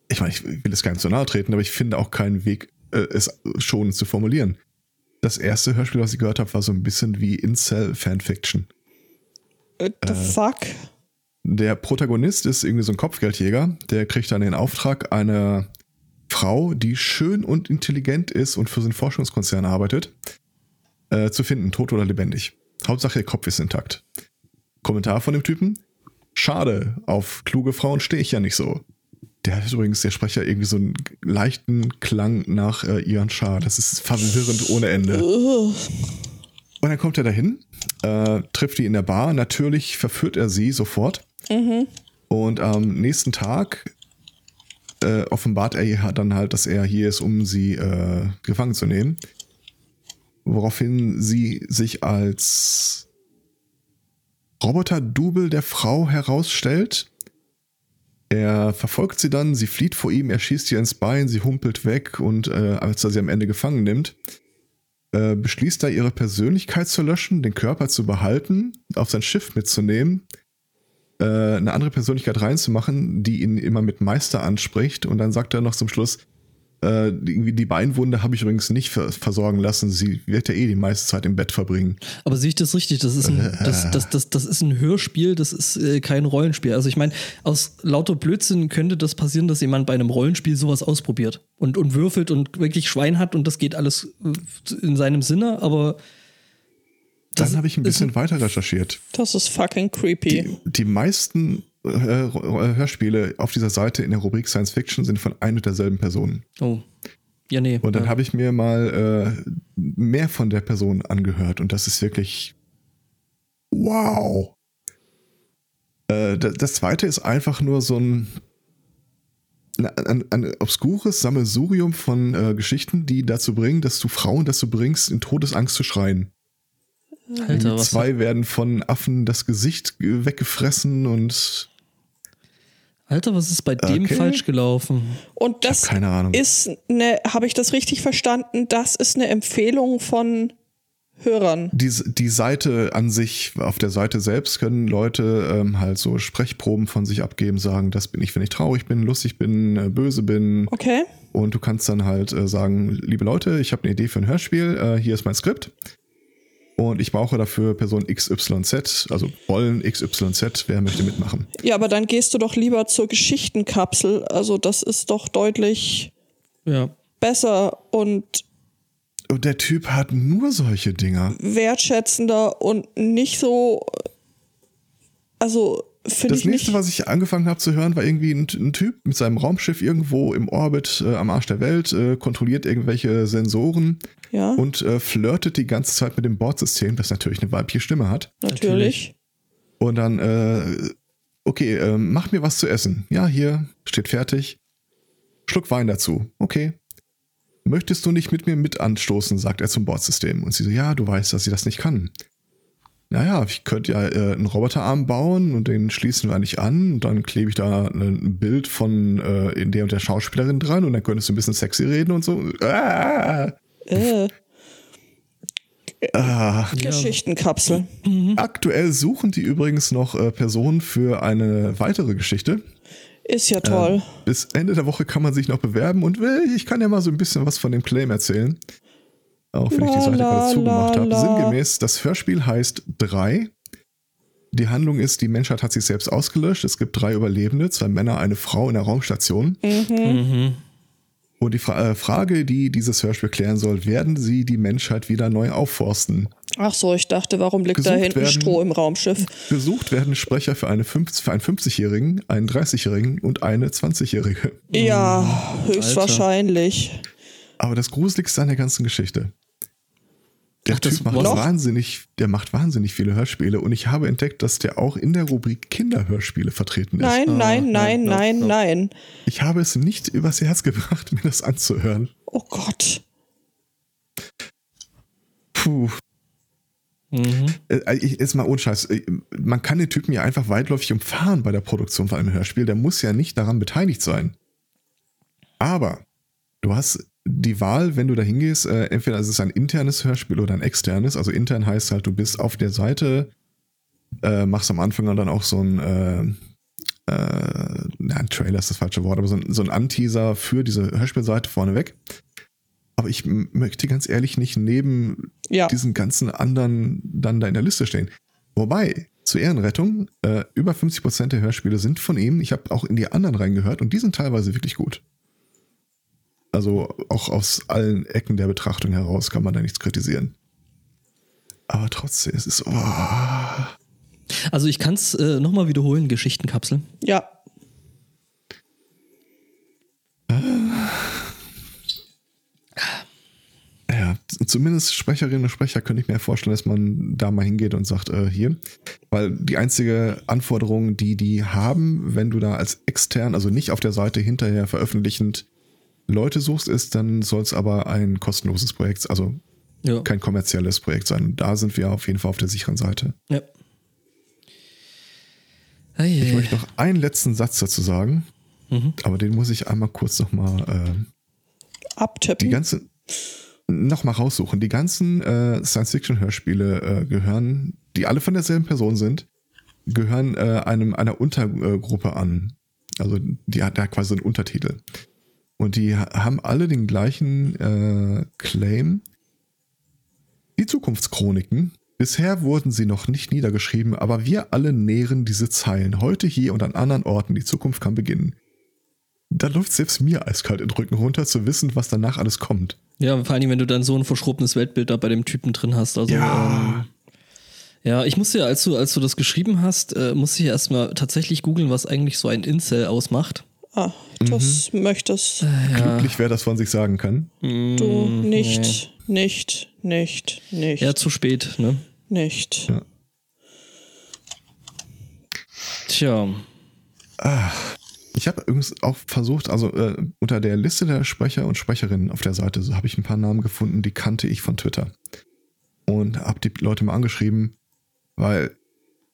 Speaker 3: ich meine, ich will es gar nicht so nahe treten, aber ich finde auch keinen Weg, äh, es schonend zu formulieren. Das erste Hörspiel, was ich gehört habe, war so ein bisschen wie Incel-Fanfiction.
Speaker 2: What Äh, the fuck?
Speaker 3: Der Protagonist ist irgendwie so ein Kopfgeldjäger, der kriegt dann den Auftrag einer Frau, die schön und intelligent ist und für so einen Forschungskonzern arbeitet, äh, zu finden, tot oder lebendig. Hauptsache ihr Kopf ist intakt. Kommentar von dem Typen? Schade, auf kluge Frauen stehe ich ja nicht so. Der hat übrigens, der Sprecher, irgendwie so einen leichten Klang nach äh, Ian Shah. Das ist verwirrend ohne Ende.
Speaker 2: Ugh.
Speaker 3: Und dann kommt er dahin, äh, trifft die in der Bar. Natürlich verführt er sie sofort. Und am nächsten Tag äh, offenbart er ihr dann halt, dass er hier ist, um sie äh, gefangen zu nehmen. Woraufhin sie sich als Roboter-Double der Frau herausstellt. Er verfolgt sie dann, sie flieht vor ihm, er schießt ihr ins Bein, sie humpelt weg und äh, als er sie am Ende gefangen nimmt, äh, beschließt da ihre Persönlichkeit zu löschen, den Körper zu behalten, auf sein Schiff mitzunehmen, äh, eine andere Persönlichkeit reinzumachen, die ihn immer mit Meister anspricht und dann sagt er noch zum Schluss, äh, irgendwie die Beinwunde habe ich übrigens nicht ver versorgen lassen, sie wird ja eh die meiste Zeit im Bett verbringen.
Speaker 1: Aber sehe ich das richtig? Das ist ein, das, das, das, das ist ein Hörspiel, das ist äh, kein Rollenspiel. Also ich meine, aus lauter Blödsinn könnte das passieren, dass jemand bei einem Rollenspiel sowas ausprobiert und, und würfelt und wirklich Schwein hat und das geht alles äh, in seinem Sinne, aber
Speaker 3: Dann habe ich ein bisschen weiter recherchiert.
Speaker 2: Das ist fucking creepy.
Speaker 3: Die, die meisten äh, Hörspiele auf dieser Seite in der Rubrik Science Fiction sind von ein und derselben Person.
Speaker 1: oh. Ja, nee.
Speaker 3: Und dann
Speaker 1: ja.
Speaker 3: habe ich mir mal äh, mehr von der Person angehört und das ist wirklich wow. Äh, da- das zweite ist einfach nur so ein, ein, ein obskures Sammelsurium von äh, Geschichten, die dazu bringen, dass du Frauen dazu bringst, in Todesangst zu schreien.
Speaker 1: Alter,
Speaker 3: Irgendwie
Speaker 1: was-
Speaker 3: zwei werden von Affen das Gesicht ge- weggefressen und
Speaker 1: Alter, was ist bei dem
Speaker 3: Okay.
Speaker 1: falsch gelaufen?
Speaker 2: Und das
Speaker 3: keine Ahnung.
Speaker 2: ist eine, habe ich das richtig verstanden? Das ist eine Empfehlung von Hörern.
Speaker 3: die, die Seite an sich, auf der Seite selbst können Leute ähm, halt so Sprechproben von sich abgeben, sagen, das bin ich, wenn ich traurig bin, lustig bin, äh, böse bin.
Speaker 2: Okay?
Speaker 3: Und du kannst dann halt äh, sagen, liebe Leute, ich habe eine Idee für ein Hörspiel, äh, hier ist mein Skript. Und ich brauche dafür Person XYZ, also Rollen XYZ, wer möchte mitmachen.
Speaker 2: Ja, aber dann gehst du doch lieber zur Geschichtenkapsel. Also, das ist doch deutlich
Speaker 1: Ja.
Speaker 2: besser und
Speaker 3: Und der Typ hat nur solche Dinger.
Speaker 2: wertschätzender und nicht so. Also, finde
Speaker 3: Das
Speaker 2: ich
Speaker 3: nächste,
Speaker 2: nicht.
Speaker 3: was ich angefangen habe zu hören, war irgendwie ein, ein Typ mit seinem Raumschiff irgendwo im Orbit äh, am Arsch der Welt, äh, kontrolliert irgendwelche Sensoren
Speaker 2: ja,
Speaker 3: und äh, flirtet die ganze Zeit mit dem Bordsystem, das natürlich eine weibliche Stimme hat.
Speaker 2: natürlich.
Speaker 3: Und dann, äh, okay, äh, mach mir was zu essen. Ja, hier, steht fertig. Schluck Wein dazu. Okay. Möchtest du nicht mit mir mit anstoßen, sagt er zum Bordsystem. Und sie so, ja, du weißt, dass sie das nicht kann. Naja, ich könnte ja äh, einen Roboterarm bauen und den schließen wir nicht an. Und dann klebe ich da ein Bild von äh, in der und der Schauspielerin dran und dann könntest du ein bisschen sexy reden und so. Ah,
Speaker 2: Äh,
Speaker 3: ah.
Speaker 2: Geschichtenkapsel.
Speaker 3: Aktuell suchen die übrigens noch äh, Personen für eine weitere Geschichte.
Speaker 2: Ist
Speaker 3: Äh.
Speaker 2: ja toll.
Speaker 3: Bis Ende der Woche kann man sich noch bewerben und will, ich kann ja mal so ein bisschen was von dem Claim erzählen. Auch wenn ich die
Speaker 2: La,
Speaker 3: Seite
Speaker 2: la,
Speaker 3: gerade zugemacht
Speaker 2: la,
Speaker 3: habe.
Speaker 2: la.
Speaker 3: Sinngemäß, das Hörspiel heißt 3. Die Handlung ist, die Menschheit hat sich selbst ausgelöscht. Es gibt drei Überlebende, zwei Männer, eine Frau in der Raumstation.
Speaker 2: Mhm.
Speaker 3: Und die Fra äh, Frage, die dieses Hörspiel klären soll, werden sie die Menschheit wieder neu aufforsten?
Speaker 2: Ach so, ich dachte, warum liegt da
Speaker 3: Gesucht
Speaker 2: hinten
Speaker 3: werden.
Speaker 2: Stroh im Raumschiff?
Speaker 3: Gesucht werden Sprecher für, eine 50, für einen 50-Jährigen, einen 30-Jährigen und eine 20-Jährige.
Speaker 2: Ja, höchstwahrscheinlich.
Speaker 3: Aber das Gruseligste an der ganzen Geschichte. Der
Speaker 1: Ach, das
Speaker 3: Typ macht
Speaker 1: war's?
Speaker 3: wahnsinnig, der macht wahnsinnig viele Hörspiele und ich habe entdeckt, dass der auch in der Rubrik Kinderhörspiele vertreten ist.
Speaker 2: Nein, nein, nein,
Speaker 1: nein,
Speaker 2: nein,
Speaker 1: nein.
Speaker 2: nein.
Speaker 3: Ich habe es nicht übers Herz gebracht, mir das anzuhören.
Speaker 2: Oh Gott.
Speaker 3: Puh.
Speaker 1: Mhm.
Speaker 3: Äh, ich- Jetzt mal ohne Scheiß. Äh, Man kann den Typen ja einfach weitläufig umfahren bei der Produktion von einem Hörspiel. Der muss ja nicht daran beteiligt sein. Aber du hast die Wahl, wenn du da hingehst, äh, entweder es ist ein internes Hörspiel oder ein externes. Also intern heißt halt, du bist auf der Seite, äh, machst am Anfang dann auch so ein, äh, äh, na, ein Trailer ist das falsche Wort, aber so ein, so ein Anteaser für diese Hörspielseite vorneweg. Aber ich m- möchte ganz ehrlich nicht neben
Speaker 2: Ja.
Speaker 3: diesen ganzen anderen dann da in der Liste stehen. Wobei, zur Ehrenrettung, äh, über 50% der Hörspiele sind von ihm. Ich habe auch in die anderen reingehört und die sind teilweise wirklich gut. Also auch aus allen Ecken der Betrachtung heraus kann man da nichts kritisieren. Aber trotzdem, es ist. Oh,
Speaker 1: Also ich kann es äh, nochmal wiederholen, Geschichtenkapsel.
Speaker 2: Ja.
Speaker 3: Ja, z- zumindest Sprecherinnen und Sprecher könnte ich mir vorstellen, dass man da mal hingeht und sagt, äh, hier. Weil die einzige Anforderung, die die haben, wenn du da als extern, also nicht auf der Seite hinterher veröffentlichend Leute suchst, ist, dann soll es aber ein kostenloses Projekt, also
Speaker 1: Ja.
Speaker 3: kein kommerzielles Projekt sein. Und da sind wir auf jeden Fall auf der sicheren Seite.
Speaker 1: ja. Ei,
Speaker 3: Ich
Speaker 1: ei,
Speaker 3: möchte noch einen letzten Satz dazu sagen, aber den muss ich einmal kurz nochmal äh, Die
Speaker 2: Abtippen.
Speaker 3: ganze nochmal raussuchen. Die ganzen äh, Science-Fiction-Hörspiele äh, gehören, die alle von derselben Person sind, gehören äh, einem einer Untergruppe an. Also die hat da quasi einen Untertitel. Und die ha- haben alle den gleichen äh, Claim. Die Zukunftschroniken. Bisher wurden sie noch nicht niedergeschrieben, aber wir alle nähren diese Zeilen. Heute hier und an anderen Orten. Die Zukunft kann beginnen. Da läuft selbst mir eiskalt den Rücken runter, zu wissen, was danach alles kommt.
Speaker 1: ja, vor allem, wenn du dann so ein verschrobenes Weltbild da bei dem Typen drin hast. Also, ähm, ja ich musste ja, als du, als du das geschrieben hast, äh, musste ich ja erstmal tatsächlich googeln, was eigentlich so ein Incel ausmacht.
Speaker 2: Ah, das möchtest
Speaker 3: Glücklich, wer das von sich sagen kann.
Speaker 2: du nicht, nicht, nicht, nicht,
Speaker 1: Ja, zu spät, ne?
Speaker 2: nicht.
Speaker 1: Tja.
Speaker 3: Ich habe übrigens auch versucht, also äh, unter der Liste der Sprecher und Sprecherinnen auf der Seite so habe ich ein paar Namen gefunden, die kannte ich von Twitter. Und habe die Leute mal angeschrieben, weil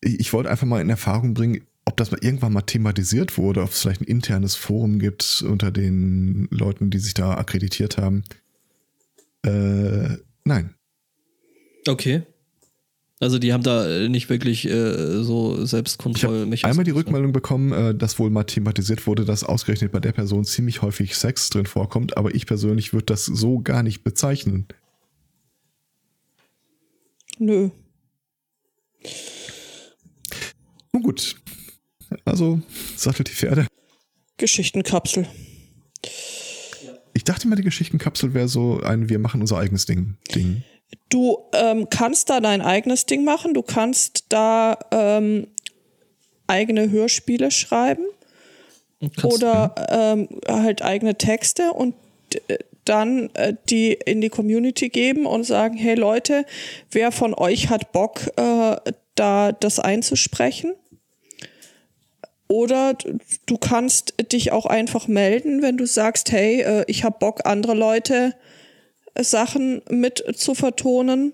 Speaker 3: ich, ich wollte einfach mal in Erfahrung bringen, ob das mal irgendwann mal thematisiert wurde, ob es vielleicht ein internes Forum gibt unter den Leuten, die sich da akkreditiert haben. Äh, nein.
Speaker 1: Okay. Also die haben da äh, nicht wirklich äh, so
Speaker 3: Ich habe
Speaker 1: Selbstkontrollmechanismen.
Speaker 3: einmal die Rückmeldung bekommen, äh, dass wohl mal thematisiert wurde, dass ausgerechnet bei der Person ziemlich häufig Sex drin vorkommt, aber ich persönlich würde das so gar nicht bezeichnen.
Speaker 2: Nö.
Speaker 3: Nun gut. Also, sattelt die Pferde.
Speaker 2: Geschichtenkapsel.
Speaker 3: Ich dachte mal, die Geschichtenkapsel wäre so ein Wir machen unser eigenes Ding. Ding.
Speaker 2: Du ähm, kannst da dein eigenes Ding machen, du kannst da ähm, eigene Hörspiele schreiben
Speaker 1: Kannst-
Speaker 2: oder ähm, halt eigene Texte und äh, dann äh, die in die Community geben und sagen, hey Leute, wer von euch hat Bock, äh, da das einzusprechen? Oder d- du kannst dich auch einfach melden, wenn du sagst, hey, äh, ich habe Bock, andere Leute äh, Sachen mit zu vertonen.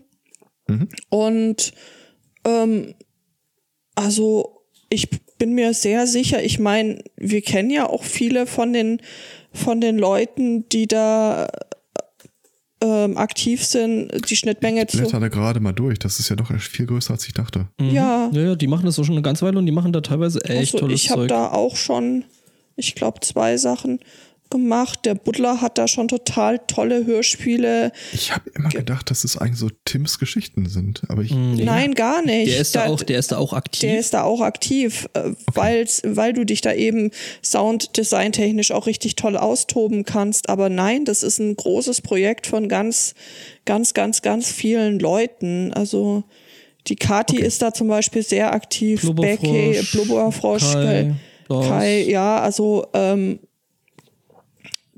Speaker 2: Und ähm, also ich bin mir sehr sicher, ich meine, wir kennen ja auch viele von den, von den Leuten, die da ähm, aktiv sind, die Schnittmenge
Speaker 3: Ich
Speaker 2: zu.
Speaker 3: blätter da gerade mal durch. Das ist ja doch erst viel größer, als ich dachte.
Speaker 2: Ja,
Speaker 1: Mhm. Ja, ja, die machen das auch schon eine ganze Weile und die machen da teilweise echt
Speaker 2: also
Speaker 1: tolles
Speaker 2: ich habe
Speaker 1: Zeug.
Speaker 2: da auch schon, ich glaube, zwei Sachen gemacht. Der Butler hat da schon total tolle Hörspiele.
Speaker 3: Ich habe immer gedacht, dass es eigentlich so Tims Geschichten sind, aber ich.
Speaker 1: Mhm. Ja.
Speaker 2: Nein, gar nicht.
Speaker 1: Der ist da, auch, der ist da auch aktiv.
Speaker 2: der ist da auch aktiv, äh, weil's, weil du dich da eben sounddesigntechnisch auch richtig toll austoben kannst. Aber nein, das ist ein großes Projekt von ganz, ganz, ganz, ganz vielen Leuten. Also die Kati ist da zum Beispiel sehr aktiv,
Speaker 1: Blubberfrosch,
Speaker 2: Becky, Blubberfrosch,
Speaker 1: Kai,
Speaker 2: Kai,
Speaker 1: Lars.
Speaker 2: Kai ja, also ähm,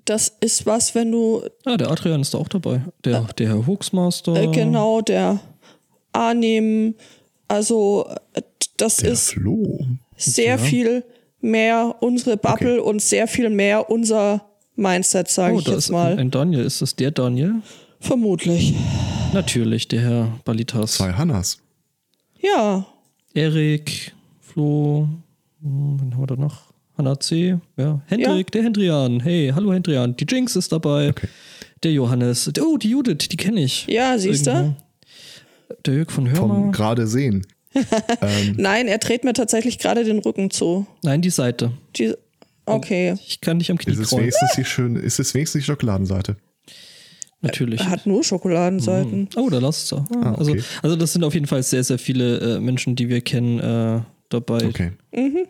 Speaker 2: das ist was, wenn du
Speaker 1: ah, der Adrian ist da auch dabei. Der, der Herr Hoaxmaster.
Speaker 2: Äh, genau, der annehmen. Also äh, das
Speaker 3: Der
Speaker 2: ist
Speaker 3: Flo.
Speaker 2: sehr viel mehr unsere Bubble und sehr viel mehr unser Mindset, sage
Speaker 1: Oh,
Speaker 2: ich
Speaker 1: da
Speaker 2: jetzt
Speaker 1: ist
Speaker 2: mal.
Speaker 1: ein Daniel. Ist das der Daniel?
Speaker 2: Vermutlich.
Speaker 1: Natürlich, der Herr Balitas.
Speaker 3: Zwei Hannas.
Speaker 2: Ja.
Speaker 1: Erik, Flo, hm, wen haben wir da noch? Hanna C, ja. Hendrik, der Hendrian. Hey, hallo Hendrian. Die Jinx ist dabei. Der Johannes. Oh, die Judith, die kenne ich.
Speaker 2: Ja, siehst du?
Speaker 1: Irgendwo. Der Jörg von
Speaker 3: Vom
Speaker 1: Hörmer.
Speaker 3: gerade sehen.
Speaker 1: Ähm.
Speaker 2: Nein, er dreht mir tatsächlich gerade den Rücken zu.
Speaker 1: Nein, die Seite.
Speaker 2: Die,
Speaker 1: Oh.
Speaker 2: okay.
Speaker 1: Ich kann dich am Knie
Speaker 3: Ist es
Speaker 1: kreuzen.
Speaker 3: wenigstens die schöne, ist es wenigstens die Schokoladenseite?
Speaker 1: Natürlich.
Speaker 2: Er hat nur Schokoladenseiten.
Speaker 1: Oh, da lasst es. Ah,
Speaker 3: okay.
Speaker 1: also, also das sind auf jeden Fall sehr, sehr viele äh, Menschen, die wir kennen, äh, dabei.
Speaker 3: Okay.
Speaker 1: Mhm.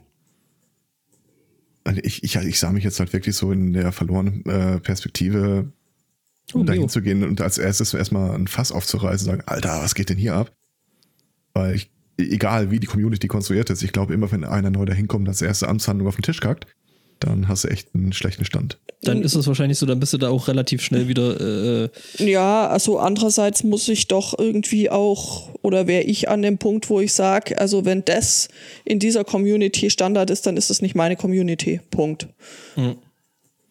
Speaker 3: Also ich, ich, ich sah mich jetzt halt wirklich so in der verlorenen äh, Perspektive,
Speaker 1: Oh,
Speaker 3: um dahin
Speaker 1: Leo.
Speaker 3: zu gehen und als erstes erstmal ein Fass aufzureißen und sagen, Alter, was geht denn hier ab? Weil ich, egal wie die Community konstruiert ist, ich glaube immer, wenn einer neu dahin kommt und als erste Amtshandlung auf den Tisch kackt, dann hast du echt einen schlechten Stand.
Speaker 1: Dann ist es wahrscheinlich so, dann bist du da auch relativ schnell wieder. Äh,
Speaker 2: Ja, also andererseits muss ich doch irgendwie auch, oder wäre ich an dem Punkt, wo ich sage, also wenn das in dieser Community Standard ist, dann ist es nicht meine Community. Punkt.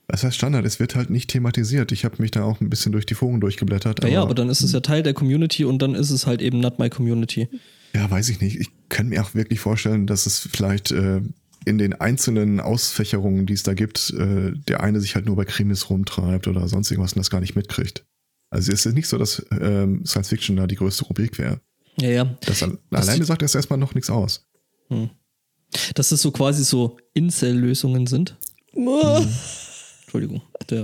Speaker 3: Das heißt Standard, es wird halt nicht thematisiert. Ich habe mich da auch ein bisschen durch die Foren durchgeblättert.
Speaker 1: ja, ja, aber dann ist es ja Teil der Community und dann ist es halt eben not my community.
Speaker 3: Ja, weiß ich nicht. Ich kann mir auch wirklich vorstellen, dass es vielleicht äh, in den einzelnen Ausfächerungen, die es da gibt, äh, der eine sich halt nur bei Krimis rumtreibt oder sonst irgendwas und das gar nicht mitkriegt. Also es ist nicht so, dass ähm, Science Fiction da die größte Rubrik wäre.
Speaker 1: Ja, ja.
Speaker 3: Das, al- alleine sagt das erstmal noch nichts aus.
Speaker 1: Dass das so quasi so Incel-Lösungen sind. Entschuldigung. Der,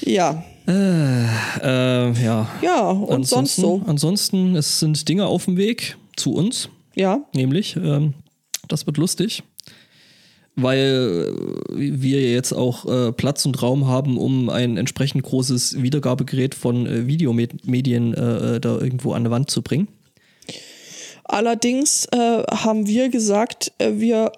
Speaker 2: Ja,
Speaker 1: äh, äh, ja.
Speaker 2: ja, und sonst
Speaker 1: ansonsten,
Speaker 2: so.
Speaker 1: Ansonsten, es sind Dinge auf dem Weg zu uns.
Speaker 2: Ja,
Speaker 1: Nämlich, ähm, das wird lustig, weil äh, wir jetzt auch äh, Platz und Raum haben, um ein entsprechend großes Wiedergabegerät von äh, Videomedien äh, äh, da irgendwo an die Wand zu bringen.
Speaker 2: allerdings äh, haben wir gesagt, äh, wir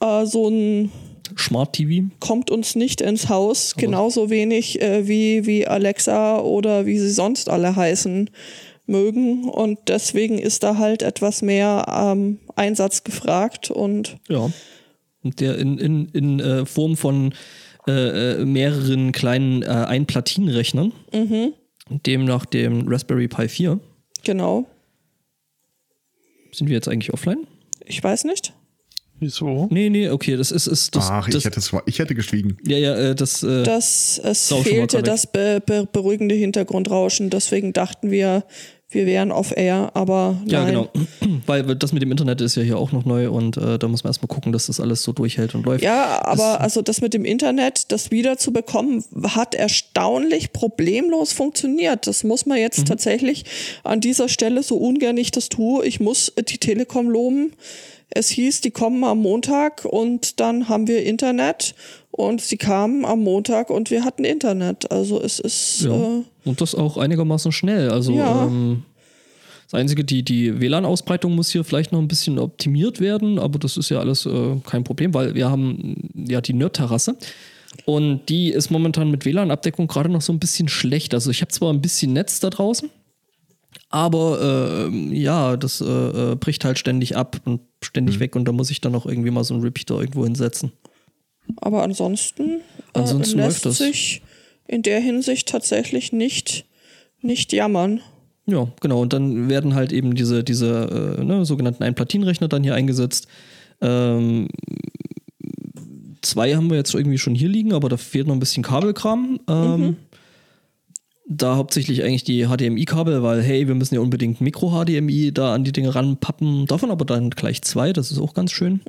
Speaker 2: äh, so ein
Speaker 1: Smart TV.
Speaker 2: kommt uns nicht ins Haus, genauso wenig äh, wie, wie Alexa oder wie sie sonst alle heißen mögen. Und deswegen ist da halt etwas mehr ähm, Einsatz gefragt. Und
Speaker 1: Ja. Und der in, in, in äh, Form von äh, äh, mehreren kleinen äh, Einplatinenrechnern.
Speaker 2: Mhm.
Speaker 1: Dem nach dem Raspberry Pi 4.
Speaker 2: genau,
Speaker 1: Sind wir jetzt eigentlich offline?
Speaker 2: ich weiß nicht.
Speaker 4: Wieso?
Speaker 1: Nee, nee, okay, das ist. ist das,
Speaker 3: Ach,
Speaker 1: das,
Speaker 3: ich, hätte, es- ich hätte geschwiegen.
Speaker 1: Ja, ja, äh, das. Äh,
Speaker 2: Das, es
Speaker 1: Sau schon mal
Speaker 2: fehlte
Speaker 1: korrekt.
Speaker 2: das be be beruhigende Hintergrundrauschen. Deswegen dachten wir, wir wären off-air, aber nein.
Speaker 1: Ja, genau. Weil wir- das mit dem Internet ist ja hier auch noch neu und äh, da muss man erstmal gucken, dass das alles so durchhält und läuft.
Speaker 2: Ja, aber also das mit dem Internet, das wiederzubekommen, hat erstaunlich problemlos funktioniert. Das muss man
Speaker 1: Mhm.
Speaker 2: jetzt tatsächlich an dieser Stelle, so ungern ich das tue, ich muss die Telekom loben. Es hieß, die kommen am Montag und dann haben wir Internet und sie kamen am Montag und wir hatten Internet. Also es ist
Speaker 1: Ja.
Speaker 2: äh,
Speaker 1: Und das auch einigermaßen schnell. Also
Speaker 2: Ja.
Speaker 1: ähm, das Einzige, die, die WLAN-Ausbreitung muss hier vielleicht noch ein bisschen optimiert werden, aber das ist ja alles äh, kein Problem, weil wir haben mh, ja die Nerd-Terrasse. Und die ist momentan mit WLAN-Abdeckung gerade noch so ein bisschen schlecht. Also ich habe zwar ein bisschen Netz da draußen, aber äh, ja, das äh, äh, bricht halt ständig ab und ständig weg und da muss ich dann auch irgendwie mal so einen Repeater irgendwo hinsetzen.
Speaker 2: Aber ansonsten,
Speaker 1: Ansonsten
Speaker 2: äh,
Speaker 1: läuft
Speaker 2: lässt
Speaker 1: das.
Speaker 2: sich in der Hinsicht tatsächlich nicht, nicht jammern.
Speaker 1: Ja, genau. Und dann werden halt eben diese, diese äh, ne, sogenannten Einplatinenrechner dann hier eingesetzt. Ähm, zwei haben wir jetzt irgendwie schon hier liegen, aber da fehlt noch ein bisschen Kabelkram. Ähm, Da hauptsächlich eigentlich die HDMI-Kabel, weil hey, wir müssen ja unbedingt Mikro-HDMI da an die Dinge ranpappen. Davon aber dann gleich zwei, das ist auch ganz schön.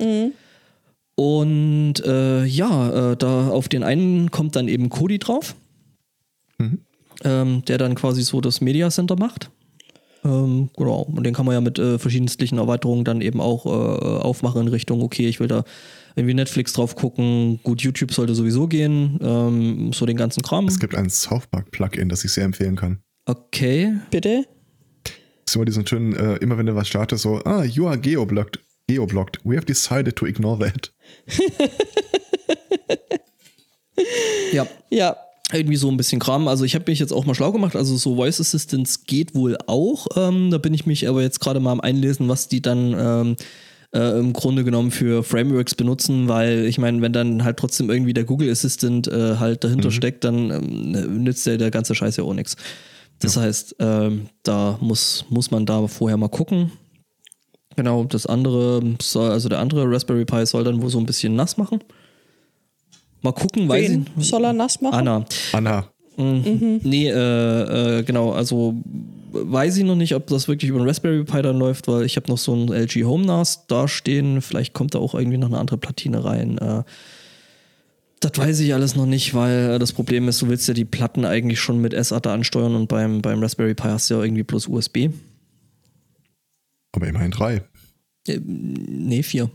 Speaker 1: Und äh, ja, äh, da auf den einen kommt dann eben Cody drauf,
Speaker 3: Mhm.
Speaker 1: ähm, der dann quasi so das Media Center macht. Ähm, genau, und den kann man ja mit äh, verschiedensten Erweiterungen dann eben auch äh, aufmachen in Richtung, okay, ich will da irgendwie Netflix drauf gucken, gut, YouTube sollte sowieso gehen, ähm, so den ganzen Kram.
Speaker 3: Es gibt ein South Park Plugin, das ich sehr empfehlen kann.
Speaker 1: Okay,
Speaker 2: Bitte?
Speaker 3: ist immer diesen schönen, äh, immer wenn du was startest, so, ah, you are geoblocked. Geoblocked. We have decided to ignore that.
Speaker 1: ja,
Speaker 2: Ja.
Speaker 1: irgendwie so ein bisschen Kram. Also ich habe mich jetzt auch mal schlau gemacht. Also so Voice Assistance geht wohl auch. Ähm, da bin ich mich aber jetzt gerade mal am Einlesen, was die dann ähm, äh, im Grunde genommen für Frameworks benutzen, weil ich meine, wenn dann halt trotzdem irgendwie der Google Assistant äh, halt dahinter steckt, dann ähm, nützt der, der ganze Scheiß ja auch nichts. Das heißt, ähm, da muss, muss man da vorher mal gucken. Genau, das andere, soll, also der andere Raspberry Pi soll dann wohl so ein bisschen nass machen. Mal gucken, weiß
Speaker 2: Wen
Speaker 1: ich.
Speaker 2: soll er nass machen?
Speaker 1: Anna.
Speaker 3: Anna,
Speaker 1: Nee, äh, äh, genau, also weiß ich noch nicht, ob das wirklich über den Raspberry Pi dann läuft, weil ich habe noch so ein LG Home NAS da stehen. Vielleicht kommt da auch irgendwie noch eine andere Platine rein. Äh, das weiß ich alles noch nicht, weil äh, das Problem ist, du willst ja die Platten eigentlich schon mit SATA ansteuern und beim, beim Raspberry Pi hast du ja irgendwie bloß USB.
Speaker 3: aber immerhin drei.
Speaker 1: Nee, 4.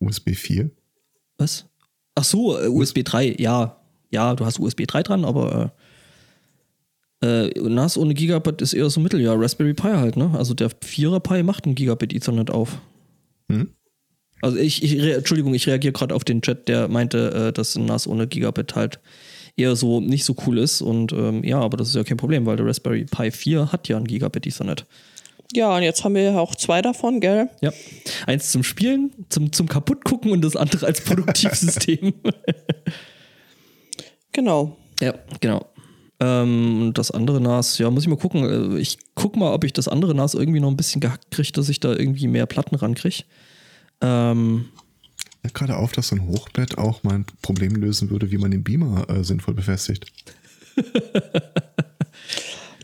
Speaker 3: USB 4.
Speaker 1: Was? Ach so, äh, USB 3, ja. Ja, du hast USB 3 dran, aber äh, äh, NAS ohne Gigabit ist eher so Mittel, ja. Raspberry Pi halt, ne? Also der 4er Pi macht ein Gigabit Ethernet auf.
Speaker 3: Hm?
Speaker 1: Also ich, ich re- Entschuldigung, ich reagiere gerade auf den Chat, der meinte, äh, dass ein NAS ohne Gigabit halt eher so nicht so cool ist. Und ähm, ja, aber das ist ja kein Problem, weil der Raspberry Pi 4 hat ja ein Gigabit Ethernet.
Speaker 2: Ja, und jetzt haben wir ja auch zwei davon, gell?
Speaker 1: Ja. Eins zum Spielen, zum, zum Kaputtgucken und das andere als Produktivsystem.
Speaker 2: Genau.
Speaker 1: Ja, genau. Ähm, und das andere NAS, ja, muss ich mal gucken. Äh, Ich guck mal, ob ich das andere NAS irgendwie noch ein bisschen gehackt kriege, dass ich da irgendwie mehr Platten rankriege. Ähm,
Speaker 3: Fällt gerade auf, dass so ein Hochbett auch mein Problem lösen würde, wie man den Beamer äh, sinnvoll befestigt.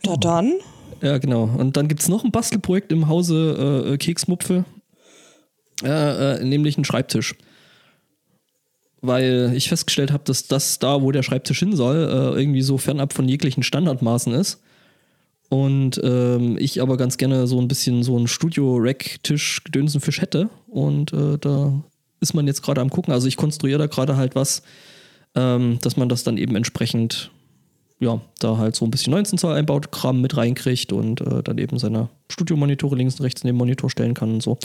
Speaker 2: Na
Speaker 3: Oh.
Speaker 2: dann.
Speaker 1: ja, genau. Und dann gibt es noch ein Bastelprojekt im Hause äh, äh, Keksmupfel, äh, äh, nämlich einen Schreibtisch. Weil ich festgestellt habe, dass das da, wo der Schreibtisch hin soll, äh, irgendwie so fernab von jeglichen Standardmaßen ist. Und ähm, ich aber ganz gerne so ein bisschen so einen Studio-Rack-Tisch Gedönsenfisch hätte. Und äh, da ist man jetzt gerade am gucken. Also ich konstruiere da gerade halt was, ähm, dass man das dann eben entsprechend, ja, da halt so ein bisschen 19 Zoll einbaut, Kram mit reinkriegt und äh, dann eben seine Studio-Monitore links und rechts neben den Monitor stellen kann und so.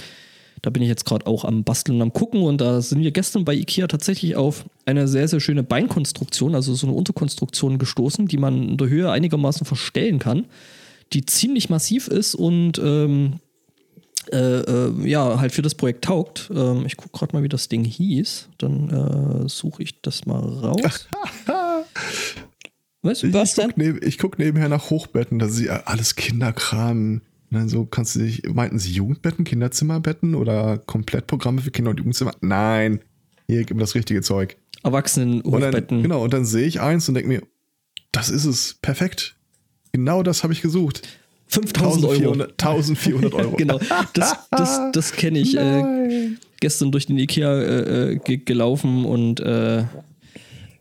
Speaker 1: Da bin ich jetzt gerade auch am Basteln und am Gucken und da sind wir gestern bei Ikea tatsächlich auf eine sehr, sehr schöne Beinkonstruktion, also so eine Unterkonstruktion gestoßen, die man in der Höhe einigermaßen verstellen kann, die ziemlich massiv ist und ähm, äh, äh, ja, halt für das Projekt taugt. Ähm, ich gucke gerade mal, wie das Ding hieß. Dann äh, suche ich das mal raus. Was?
Speaker 3: Ich,
Speaker 2: Was
Speaker 3: ich guck neb- ich guck nebenher nach Hochbetten, das ist ja alles Kinderkram. Und dann so kannst du dich, meinten sie Jugendbetten, Kinderzimmerbetten oder Komplettprogramme für Kinder und Jugendzimmer? Nein. Hier gibt mir das richtige Zeug. Und dann,
Speaker 1: Erwachsenenhochbetten.
Speaker 3: genau, und dann sehe ich eins und denke mir, das ist es, perfekt. Genau das habe ich gesucht.
Speaker 1: 5000 Euro.
Speaker 3: 1400 Euro.
Speaker 1: genau, das, das, das kenne ich. Äh, gestern durch den Ikea äh, äh, ge- gelaufen und äh,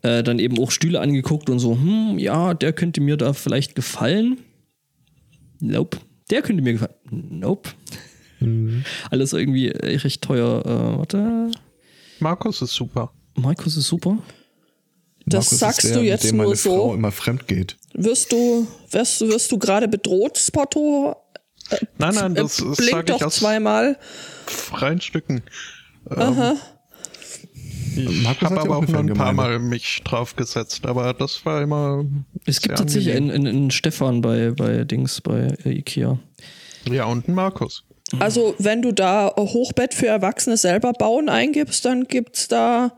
Speaker 1: äh, dann eben auch Stühle angeguckt und so, hm, ja, der könnte mir da vielleicht gefallen. Nope. Der könnte mir gefallen. Nope.
Speaker 4: Mhm.
Speaker 1: Alles irgendwie äh, recht teuer. Äh, warte.
Speaker 4: Markus ist super.
Speaker 1: Markus ist super.
Speaker 2: Das
Speaker 3: Markus ist
Speaker 2: sagst
Speaker 3: der,
Speaker 2: du
Speaker 3: mit
Speaker 2: jetzt
Speaker 3: dem meine
Speaker 2: nur so.
Speaker 3: Frau immer fremd geht.
Speaker 2: Wirst du, wirst, du- wirst du gerade bedroht, Spotto?
Speaker 4: Nein, nein,
Speaker 2: Äh,
Speaker 4: das äh,
Speaker 2: Blink
Speaker 4: sage ich
Speaker 2: doch
Speaker 4: aus
Speaker 2: zweimal.
Speaker 4: freien Stücken.
Speaker 2: Aha.
Speaker 4: Ähm, Ich
Speaker 3: Markus
Speaker 4: habe
Speaker 3: hat ja
Speaker 4: aber
Speaker 3: auch
Speaker 4: auch
Speaker 3: eine
Speaker 4: nur ein paar
Speaker 3: Fangemeinde.
Speaker 4: Mal mich draufgesetzt, aber das war immer.
Speaker 1: Es gibt
Speaker 4: sehr
Speaker 1: tatsächlich
Speaker 4: angenehm.
Speaker 1: einen, einen, einen Stefan bei, bei Dings, bei äh, Ikea.
Speaker 4: Ja, und einen Markus.
Speaker 2: Also, wenn du da Hochbett für Erwachsene selber bauen eingibst, dann gibt's da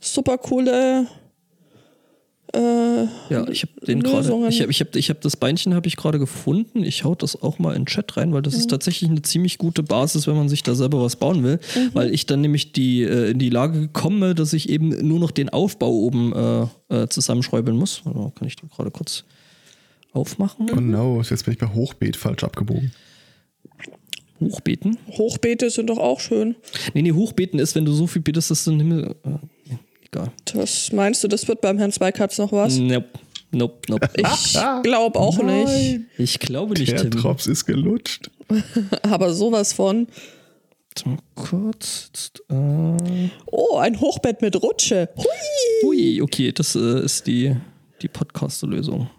Speaker 2: super coole. Äh,
Speaker 1: Ja, ich habe den gerade.
Speaker 2: Lösungen.
Speaker 1: Ich habe ich hab, ich hab das Beinchen habe ich gerade gefunden. Ich hau das auch mal in den Chat rein, weil das
Speaker 2: Mhm.
Speaker 1: ist tatsächlich eine ziemlich gute Basis, wenn man sich da selber was bauen will,
Speaker 2: Mhm.
Speaker 1: weil ich dann nämlich die äh, in die Lage komme, dass ich eben nur noch den Aufbau oben äh, äh, zusammenschräubeln muss. Also kann ich den gerade kurz aufmachen?
Speaker 3: Genau, Oh no, jetzt bin ich bei Hochbeet falsch abgebogen.
Speaker 1: Hochbeten?
Speaker 2: Hochbeete sind doch auch schön.
Speaker 1: Nee, nee, Hochbeten ist, wenn du so viel betest, dass du den Himmel. äh, nee, Egal.
Speaker 2: Das meinst du, das wird beim Herrn Zweikatz noch
Speaker 4: Hm.
Speaker 2: was?
Speaker 1: Nope. Nope, nope.
Speaker 2: Ich
Speaker 4: Ah.
Speaker 2: glaube auch nicht.
Speaker 1: Ich glaube nicht,
Speaker 3: Der
Speaker 1: Tim.
Speaker 3: Drops ist gelutscht.
Speaker 2: Aber sowas von.
Speaker 1: Warte mal kurz. Jetzt, äh,
Speaker 2: Oh, ein Hochbett mit Rutsche. Hui.
Speaker 1: ui, okay, das äh, ist die, die Podcast-Lösung.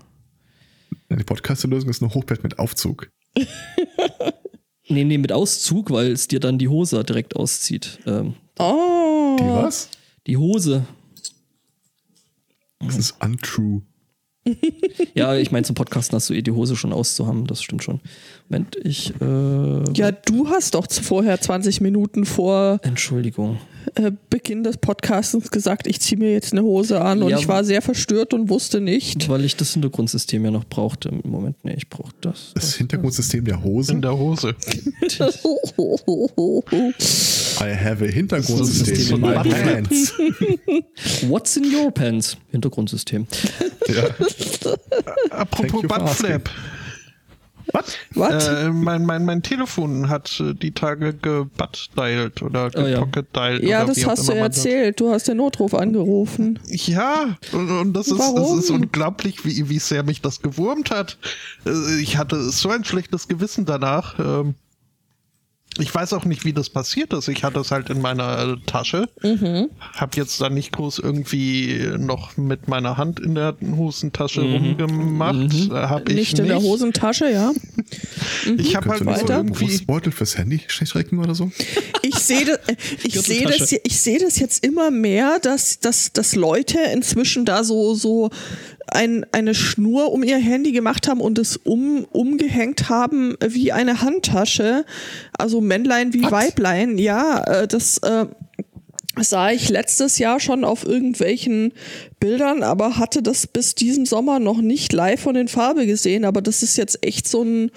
Speaker 3: Ja, Die Podcast-Lösung ist ein Hochbett mit Aufzug.
Speaker 1: Nee, nee, mit Auszug, weil es dir dann die Hose direkt auszieht. Ähm,
Speaker 2: Oh.
Speaker 3: Die was?
Speaker 1: die Hose.
Speaker 3: Das ist untrue.
Speaker 1: Ja, ich meine, zum Podcasten hast du eh die Hose schon auszuhaben, das stimmt schon. Moment, ich. Äh,
Speaker 2: Ja, du hast doch vorher 20 Minuten vor
Speaker 1: Entschuldigung.
Speaker 2: äh, Beginn des Podcastens gesagt, ich ziehe mir jetzt eine Hose an und
Speaker 1: Ja,
Speaker 2: ich war sehr verstört und wusste nicht.
Speaker 1: Weil ich das Hintergrundsystem ja noch brauchte. Moment, nee, ich brauche das.
Speaker 3: Das Hintergrundsystem der
Speaker 4: in
Speaker 3: Hose.
Speaker 4: der Hose.
Speaker 3: I have a Hintergrundsystem in my
Speaker 1: Das System in
Speaker 3: pants.
Speaker 1: What's in your pants? Hintergrundsystem.
Speaker 3: ja. Thank
Speaker 4: Apropos
Speaker 3: you for
Speaker 4: Buttflap.
Speaker 2: Was?
Speaker 4: Äh, mein, mein, mein Telefon hat äh, die Tage gebutt-dialed oder
Speaker 1: Oh ja.
Speaker 4: gepocket-dialed.
Speaker 2: ja,
Speaker 4: Äh, oder
Speaker 2: das
Speaker 4: wie auch
Speaker 2: hast du
Speaker 4: immer man sagt.
Speaker 2: erzählt. Du hast den Notruf angerufen.
Speaker 4: Ja, und, und das, ist, das
Speaker 2: Warum?
Speaker 4: ist unglaublich, wie, wie sehr mich das gewurmt hat. Äh, Ich hatte so ein schlechtes Gewissen danach. Ähm, Ich weiß auch nicht, wie das passiert ist. Ich hatte es halt in meiner äh, Tasche.
Speaker 2: Mhm.
Speaker 4: Hab jetzt da nicht groß irgendwie noch mit meiner Hand in der Hosentasche rumgemacht. Äh, Hab ich
Speaker 2: Mhm. Nicht in der Hosentasche, ja.
Speaker 4: Ich habe
Speaker 3: Könntest
Speaker 4: halt
Speaker 3: du nicht so
Speaker 4: nur
Speaker 3: einen
Speaker 4: irgendwie.
Speaker 3: Brustbeutel fürs Handy strecken oder so?
Speaker 2: Ich sehe das, äh, ich sehe das, ich sehe das jetzt immer mehr, dass, dass, dass Leute inzwischen da so, so ein, eine Schnur um ihr Handy gemacht haben und es um, umgehängt haben wie eine Handtasche. Also Männlein wie Weiblein. Ja, äh, das äh, sah ich letztes Jahr schon auf irgendwelchen Bildern, aber hatte das bis diesen Sommer noch nicht live und in Farbe gesehen. Aber das ist jetzt echt so ein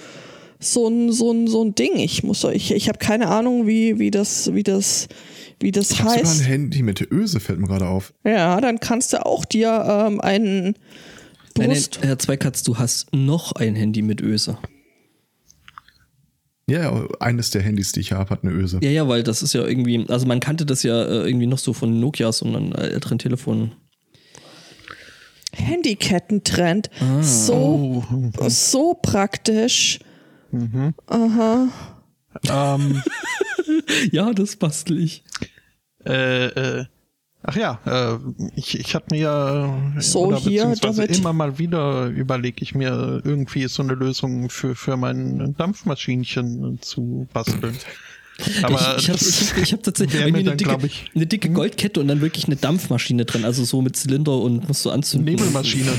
Speaker 2: so ein, so ein, so ein Ding. Ich muss, ich, ich habe keine Ahnung, wie, wie das, wie das, wie das
Speaker 3: Ich habe sogar ein
Speaker 2: heißt.
Speaker 3: Handy mit Öse, fällt mir gerade auf.
Speaker 2: Ja, dann kannst du auch dir ähm, einen
Speaker 1: Nein, nein,
Speaker 2: Brust.
Speaker 1: Herr Zweikatz, du hast noch ein Handy mit Öse.
Speaker 3: Ja, eines der Handys, die ich habe, hat eine Öse.
Speaker 1: Ja, ja, weil das ist ja irgendwie, also man kannte das ja äh, irgendwie noch so von Nokias und dann älteren Telefonen.
Speaker 2: Handykettentrend. So, so praktisch.
Speaker 4: Ähm,
Speaker 1: Ja, das bastel ich.
Speaker 4: Äh, äh, ach ja, äh, ich, ich habe mir ja äh,
Speaker 2: So,
Speaker 4: oder
Speaker 2: hier,
Speaker 4: beziehungsweise
Speaker 2: damit-
Speaker 4: immer mal wieder überlege ich mir äh, irgendwie so eine Lösung für, für mein Dampfmaschinchen zu basteln. Aber
Speaker 1: ich ich habe
Speaker 4: das
Speaker 1: ich hab, ich hab tatsächlich
Speaker 4: wär mir
Speaker 1: irgendwie eine
Speaker 4: dann,
Speaker 1: dicke,
Speaker 4: glaub ich- Hm?
Speaker 1: eine dicke Goldkette und dann wirklich eine Dampfmaschine drin, also so mit Zylinder und musst du anzünden.
Speaker 4: Nebelmaschine.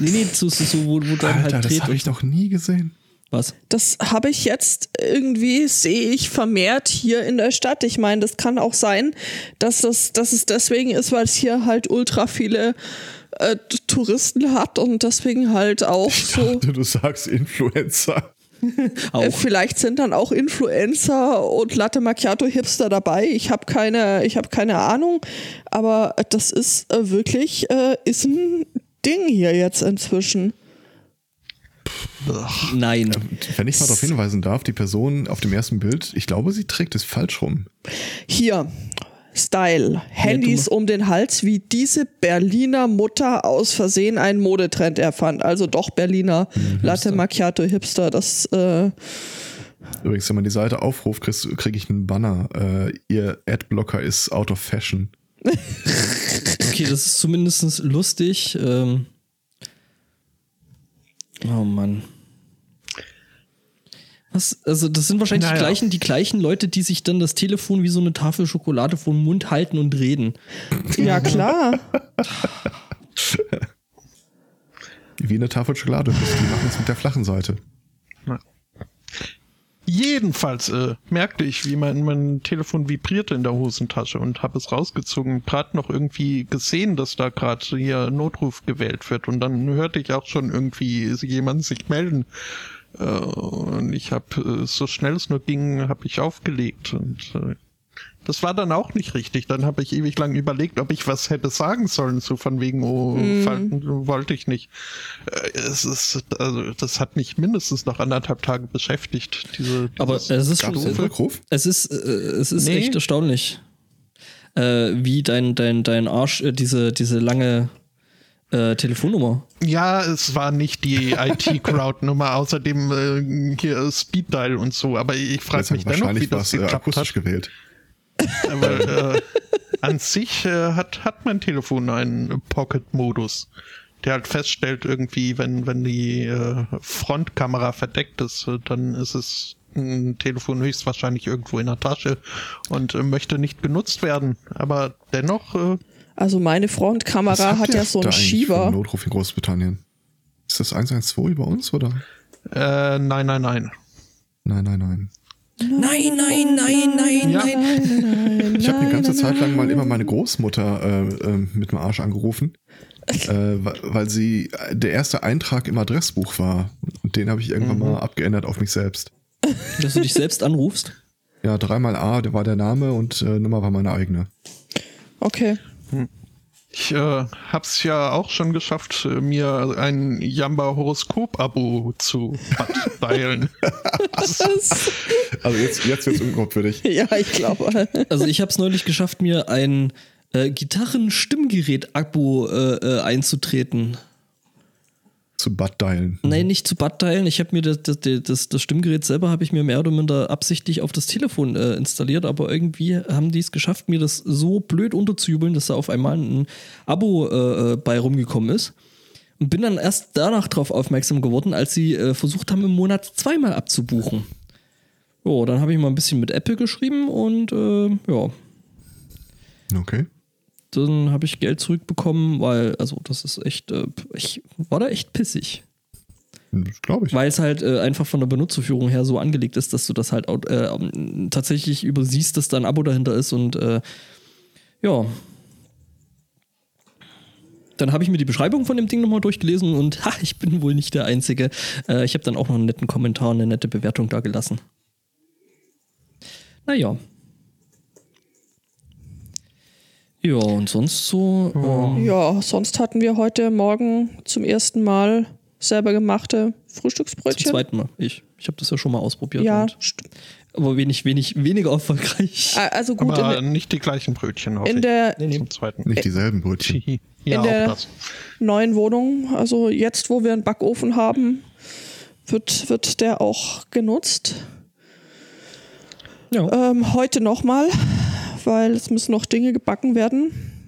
Speaker 1: Nee, nee, so, so, so wo, wo dann
Speaker 3: Alter,
Speaker 1: halt
Speaker 3: das
Speaker 1: dreht.
Speaker 3: habe ich noch nie gesehen.
Speaker 1: Was?
Speaker 2: Das habe ich jetzt irgendwie, sehe ich vermehrt hier in der Stadt. Ich meine, das kann auch sein, dass, das, dass es deswegen ist, weil es hier halt ultra viele äh, T- Touristen hat und deswegen halt auch so.
Speaker 3: Dachte, du sagst Influencer.
Speaker 1: Auch.
Speaker 2: Äh, vielleicht sind dann auch Influencer und Latte Macchiato Hipster dabei. Ich habe keine, ich habe keine Ahnung, aber äh, das ist äh, wirklich äh, ist ein Ding hier jetzt inzwischen.
Speaker 1: Nein.
Speaker 3: Wenn ich mal darauf hinweisen darf, die Person auf dem ersten Bild, ich glaube, sie trägt es falsch rum.
Speaker 2: Hier. Style. Handys um den Hals, wie diese Berliner Mutter aus Versehen einen Modetrend erfand. Also doch Berliner
Speaker 3: Mhm,
Speaker 2: Latte Macchiato Hipster. Das äh,
Speaker 3: Übrigens, wenn man die Seite aufruft, kriege krieg ich einen Banner. Äh, ihr Adblocker ist out of fashion.
Speaker 1: Okay, das ist zumindest lustig. Ähm. Oh Mann. Was? Also, das sind wahrscheinlich die,
Speaker 4: Naja.
Speaker 1: gleichen, die gleichen Leute, die sich dann das Telefon wie so eine Tafel Schokolade vor den Mund halten und reden.
Speaker 2: ja klar.
Speaker 3: Wie eine Tafel Schokolade. Die machen es mit der flachen Seite.
Speaker 4: jedenfalls äh, merkte ich, wie mein, mein Telefon vibrierte in der Hosentasche und habe es rausgezogen. Gerade noch irgendwie gesehen, dass da gerade hier Notruf gewählt wird und dann hörte ich auch schon irgendwie jemanden sich melden. Äh, Und ich habe so schnell es nur ging, habe ich aufgelegt und äh, Das war dann auch nicht richtig. Dann habe ich ewig lang überlegt, ob ich was hätte sagen sollen zu von wegen, oh, fanden, wollte ich nicht. Äh, Es ist, also das hat mich mindestens noch anderthalb Tage beschäftigt. Diese,
Speaker 1: Aber
Speaker 4: dieses
Speaker 1: es ist schon
Speaker 4: Ganze.
Speaker 1: so.
Speaker 3: Rückruf?
Speaker 1: Es ist, äh, es ist
Speaker 4: Nee.
Speaker 1: echt erstaunlich, äh, wie dein, dein, dein Arsch äh, diese, diese lange äh, Telefonnummer.
Speaker 4: Ja, es war nicht die IT-Crowd-Nummer, außerdem äh, hier Speed Dial und so, aber ich frage mich dennoch,
Speaker 3: wahrscheinlich
Speaker 4: wie
Speaker 3: war
Speaker 4: das
Speaker 3: es äh,
Speaker 4: geklappt
Speaker 3: akustisch
Speaker 4: hat.
Speaker 3: gewählt.
Speaker 4: Aber, äh, an sich äh, hat, hat mein Telefon einen Pocket-Modus, der halt feststellt, irgendwie, wenn, wenn die äh, Frontkamera verdeckt ist, äh, dann ist es ein Telefon höchstwahrscheinlich irgendwo in der Tasche und äh, möchte nicht genutzt werden. Aber dennoch äh,
Speaker 2: Also meine
Speaker 3: Was
Speaker 2: Frontkamera
Speaker 3: habt
Speaker 2: hat
Speaker 3: ihr
Speaker 2: ja so
Speaker 3: da
Speaker 2: einen
Speaker 3: eigentlich für einen
Speaker 2: Schieber.
Speaker 3: Notruf in Großbritannien. Ist das 112 über uns oder?
Speaker 4: äh, nein, nein, nein.
Speaker 3: Nein, nein, nein.
Speaker 1: Nein, nein, nein, nein,
Speaker 4: Ja.
Speaker 1: nein.
Speaker 3: Ich habe eine ganze Zeit lang mal immer meine Großmutter äh, ähm, mit dem Arsch angerufen, äh, wa- weil sie äh, der erste Eintrag im Adressbuch war. Und den habe ich
Speaker 2: Mhm.
Speaker 3: irgendwann mal abgeändert auf mich selbst.
Speaker 1: Dass du dich selbst anrufst.
Speaker 3: Ja, dreimal A, der war der Name und äh, Nummer war meine eigene.
Speaker 2: Okay.
Speaker 4: Ich äh, hab's ja auch schon geschafft, äh, mir ein Jamba-Horoskop-Abo zu teilen.
Speaker 3: Also jetzt, jetzt wird's unglaubwürdig.
Speaker 2: Ja, ich glaube.
Speaker 1: Also ich habe es neulich geschafft, mir ein äh, Gitarren-Stimmgerät-Abo äh, äh, einzutreten.
Speaker 3: Zu Bad Dialen.
Speaker 1: Nein, nicht zu Bad teilen. Ich habe mir das, das, das, das Stimmgerät selber habe ich mir mehr oder minder absichtlich auf das Telefon äh, installiert, aber irgendwie haben die es geschafft, mir das so blöd unterzujubeln, dass da auf einmal ein Abo äh, äh, bei rumgekommen ist. Und bin dann erst danach drauf aufmerksam geworden, als sie äh, versucht haben, im Monat zweimal abzubuchen. Jo, dann habe ich mal ein bisschen mit Apple geschrieben und äh, ja,
Speaker 3: Okay.
Speaker 1: dann habe ich Geld zurückbekommen, weil, also das ist echt, äh, ich war da echt pissig.
Speaker 3: Glaube ich.
Speaker 1: Weil es halt äh, einfach von der Benutzerführung her so angelegt ist, dass du das halt auch, äh, ähm, tatsächlich übersiehst, dass da ein Abo dahinter ist und äh, ja. Dann habe ich mir die Beschreibung von dem Ding nochmal durchgelesen und ha, ich bin wohl nicht der Einzige. Äh, ich habe dann auch noch einen netten Kommentar und eine nette Bewertung da gelassen. Naja. Ja, und sonst so.
Speaker 3: Oh.
Speaker 1: Äh,
Speaker 2: Ja, sonst hatten wir heute Morgen zum ersten Mal selber gemachte
Speaker 1: zum
Speaker 2: Frühstücksbrötchen.
Speaker 1: zweiten Mal. Ich, ich habe das ja schon mal ausprobiert.
Speaker 2: ja,
Speaker 1: Und,
Speaker 2: st-
Speaker 1: aber wenig, wenig, weniger erfolgreich.
Speaker 2: a- also gut.
Speaker 4: Aber
Speaker 2: In,
Speaker 4: nicht die gleichen Brötchen, hoffe
Speaker 2: in
Speaker 4: ich.
Speaker 2: der
Speaker 4: Zum zweiten.
Speaker 3: Nicht dieselben Brötchen.
Speaker 4: Hihi. Ja,
Speaker 2: in
Speaker 4: auch
Speaker 2: der-
Speaker 4: das.
Speaker 2: neuen Wohnung, also jetzt, wo wir einen Backofen haben, wird, wird der auch genutzt.
Speaker 1: Ja.
Speaker 2: Ähm, heute nochmal, weil es müssen noch Dinge gebacken werden.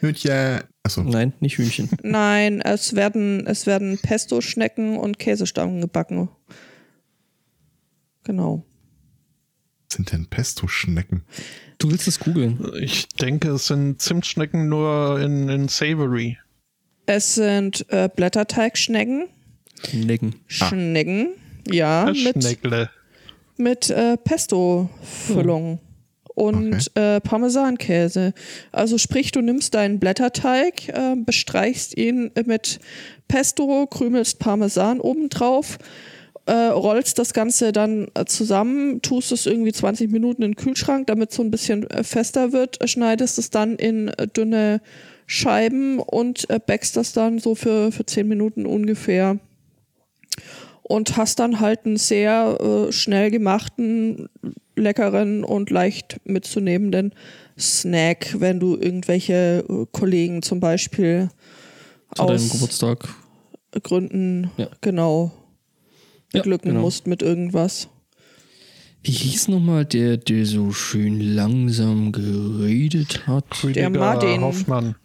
Speaker 3: Hütchen. Achso,
Speaker 1: Nein, nicht Hühnchen.
Speaker 2: Nein, es werden, es werden Pesto-Schnecken und Käsestangen gebacken. Genau.
Speaker 3: sind denn Pesto-Schnecken?
Speaker 1: Du willst es googeln.
Speaker 4: Ich denke, es sind Zimtschnecken nur in, in Savory.
Speaker 2: Es sind äh, Blätterteigschnecken,
Speaker 4: Ah.
Speaker 1: Lecken.
Speaker 2: Schnecken,
Speaker 4: Äh,
Speaker 2: ja, Ah, mit,
Speaker 4: Schneckle.
Speaker 2: mit äh, Pesto-Füllung und äh, Parmesankäse. Also sprich, du nimmst deinen Blätterteig, äh, bestreichst ihn äh, mit Pesto, krümelst Parmesan obendrauf, äh, rollst das Ganze dann äh, zusammen, tust es irgendwie 20 Minuten in den Kühlschrank, damit es so ein bisschen äh, fester wird, äh, schneidest es dann in äh, dünne Scheiben und äh, backst das dann so für, für 10 Minuten ungefähr und hast dann halt einen sehr äh, schnell gemachten, leckeren und leicht mitzunehmenden Snack, wenn du irgendwelche äh, Kollegen zum Beispiel
Speaker 1: Zu deinem
Speaker 2: aus
Speaker 1: Geburtstag.
Speaker 2: Gründen
Speaker 1: Ja.
Speaker 2: genau
Speaker 1: Ja,
Speaker 2: beglücken
Speaker 1: genau.
Speaker 2: musst mit irgendwas.
Speaker 1: Wie hieß nochmal der, der so schön langsam geredet hat?
Speaker 4: Rüdiger
Speaker 2: Martin.
Speaker 4: Hoffmann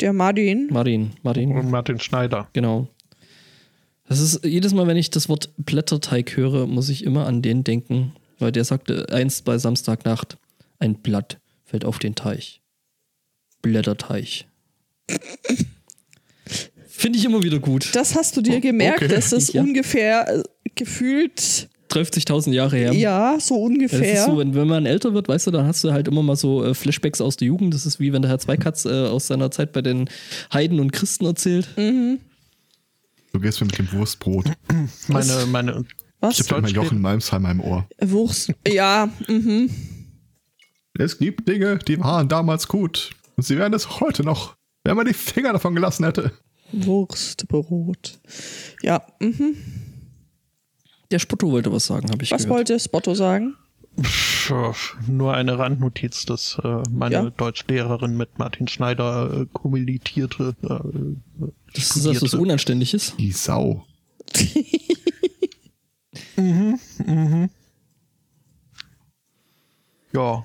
Speaker 2: Der Martin,
Speaker 1: Martin, Martin,
Speaker 4: und Martin Schneider.
Speaker 1: genau. Das ist jedes Mal, wenn ich das Wort Blätterteig höre, muss ich immer an den denken, weil der sagte einst bei Samstagnacht, ein Blatt fällt auf den Teich. Blätterteig. Finde ich immer wieder gut.
Speaker 2: das hast du dir gemerkt,
Speaker 3: okay.
Speaker 2: das ist
Speaker 1: Oh, Ja.
Speaker 2: ungefähr äh, gefühlt,
Speaker 1: 30.000 Jahre her.
Speaker 2: ja, so
Speaker 1: Ja, Das
Speaker 2: ungefähr.
Speaker 1: ist so, wenn, wenn man älter wird, weißt du, dann hast du halt immer mal so äh, Flashbacks aus der Jugend. Das ist wie wenn der Herr Zweikatz äh, aus seiner Zeit bei den Heiden und Christen erzählt.
Speaker 2: Mhm.
Speaker 3: Du gehst mir mit dem Wurstbrot.
Speaker 4: Meine, meine
Speaker 3: Ich
Speaker 2: Was?
Speaker 3: habe immer
Speaker 4: Deutsch
Speaker 3: Jochen Malmsheim im Ohr.
Speaker 2: Wurst. Ja, mhm.
Speaker 3: Es gibt Dinge, die waren damals gut. Und sie wären es heute noch, wenn man die Finger davon gelassen hätte.
Speaker 2: Wurstbrot. Ja, mhm.
Speaker 1: Der Spotto wollte was sagen, habe ich
Speaker 2: Was
Speaker 1: gehört.
Speaker 2: wollte Spotto sagen?
Speaker 4: Pff, nur eine Randnotiz, dass äh, meine
Speaker 2: Ja?
Speaker 4: Deutschlehrerin mit Martin Schneider äh, kommilitierte. Äh,
Speaker 1: Das ist, dass das
Speaker 4: studierte.
Speaker 1: unanständig ist.
Speaker 3: Die Sau.
Speaker 4: ja,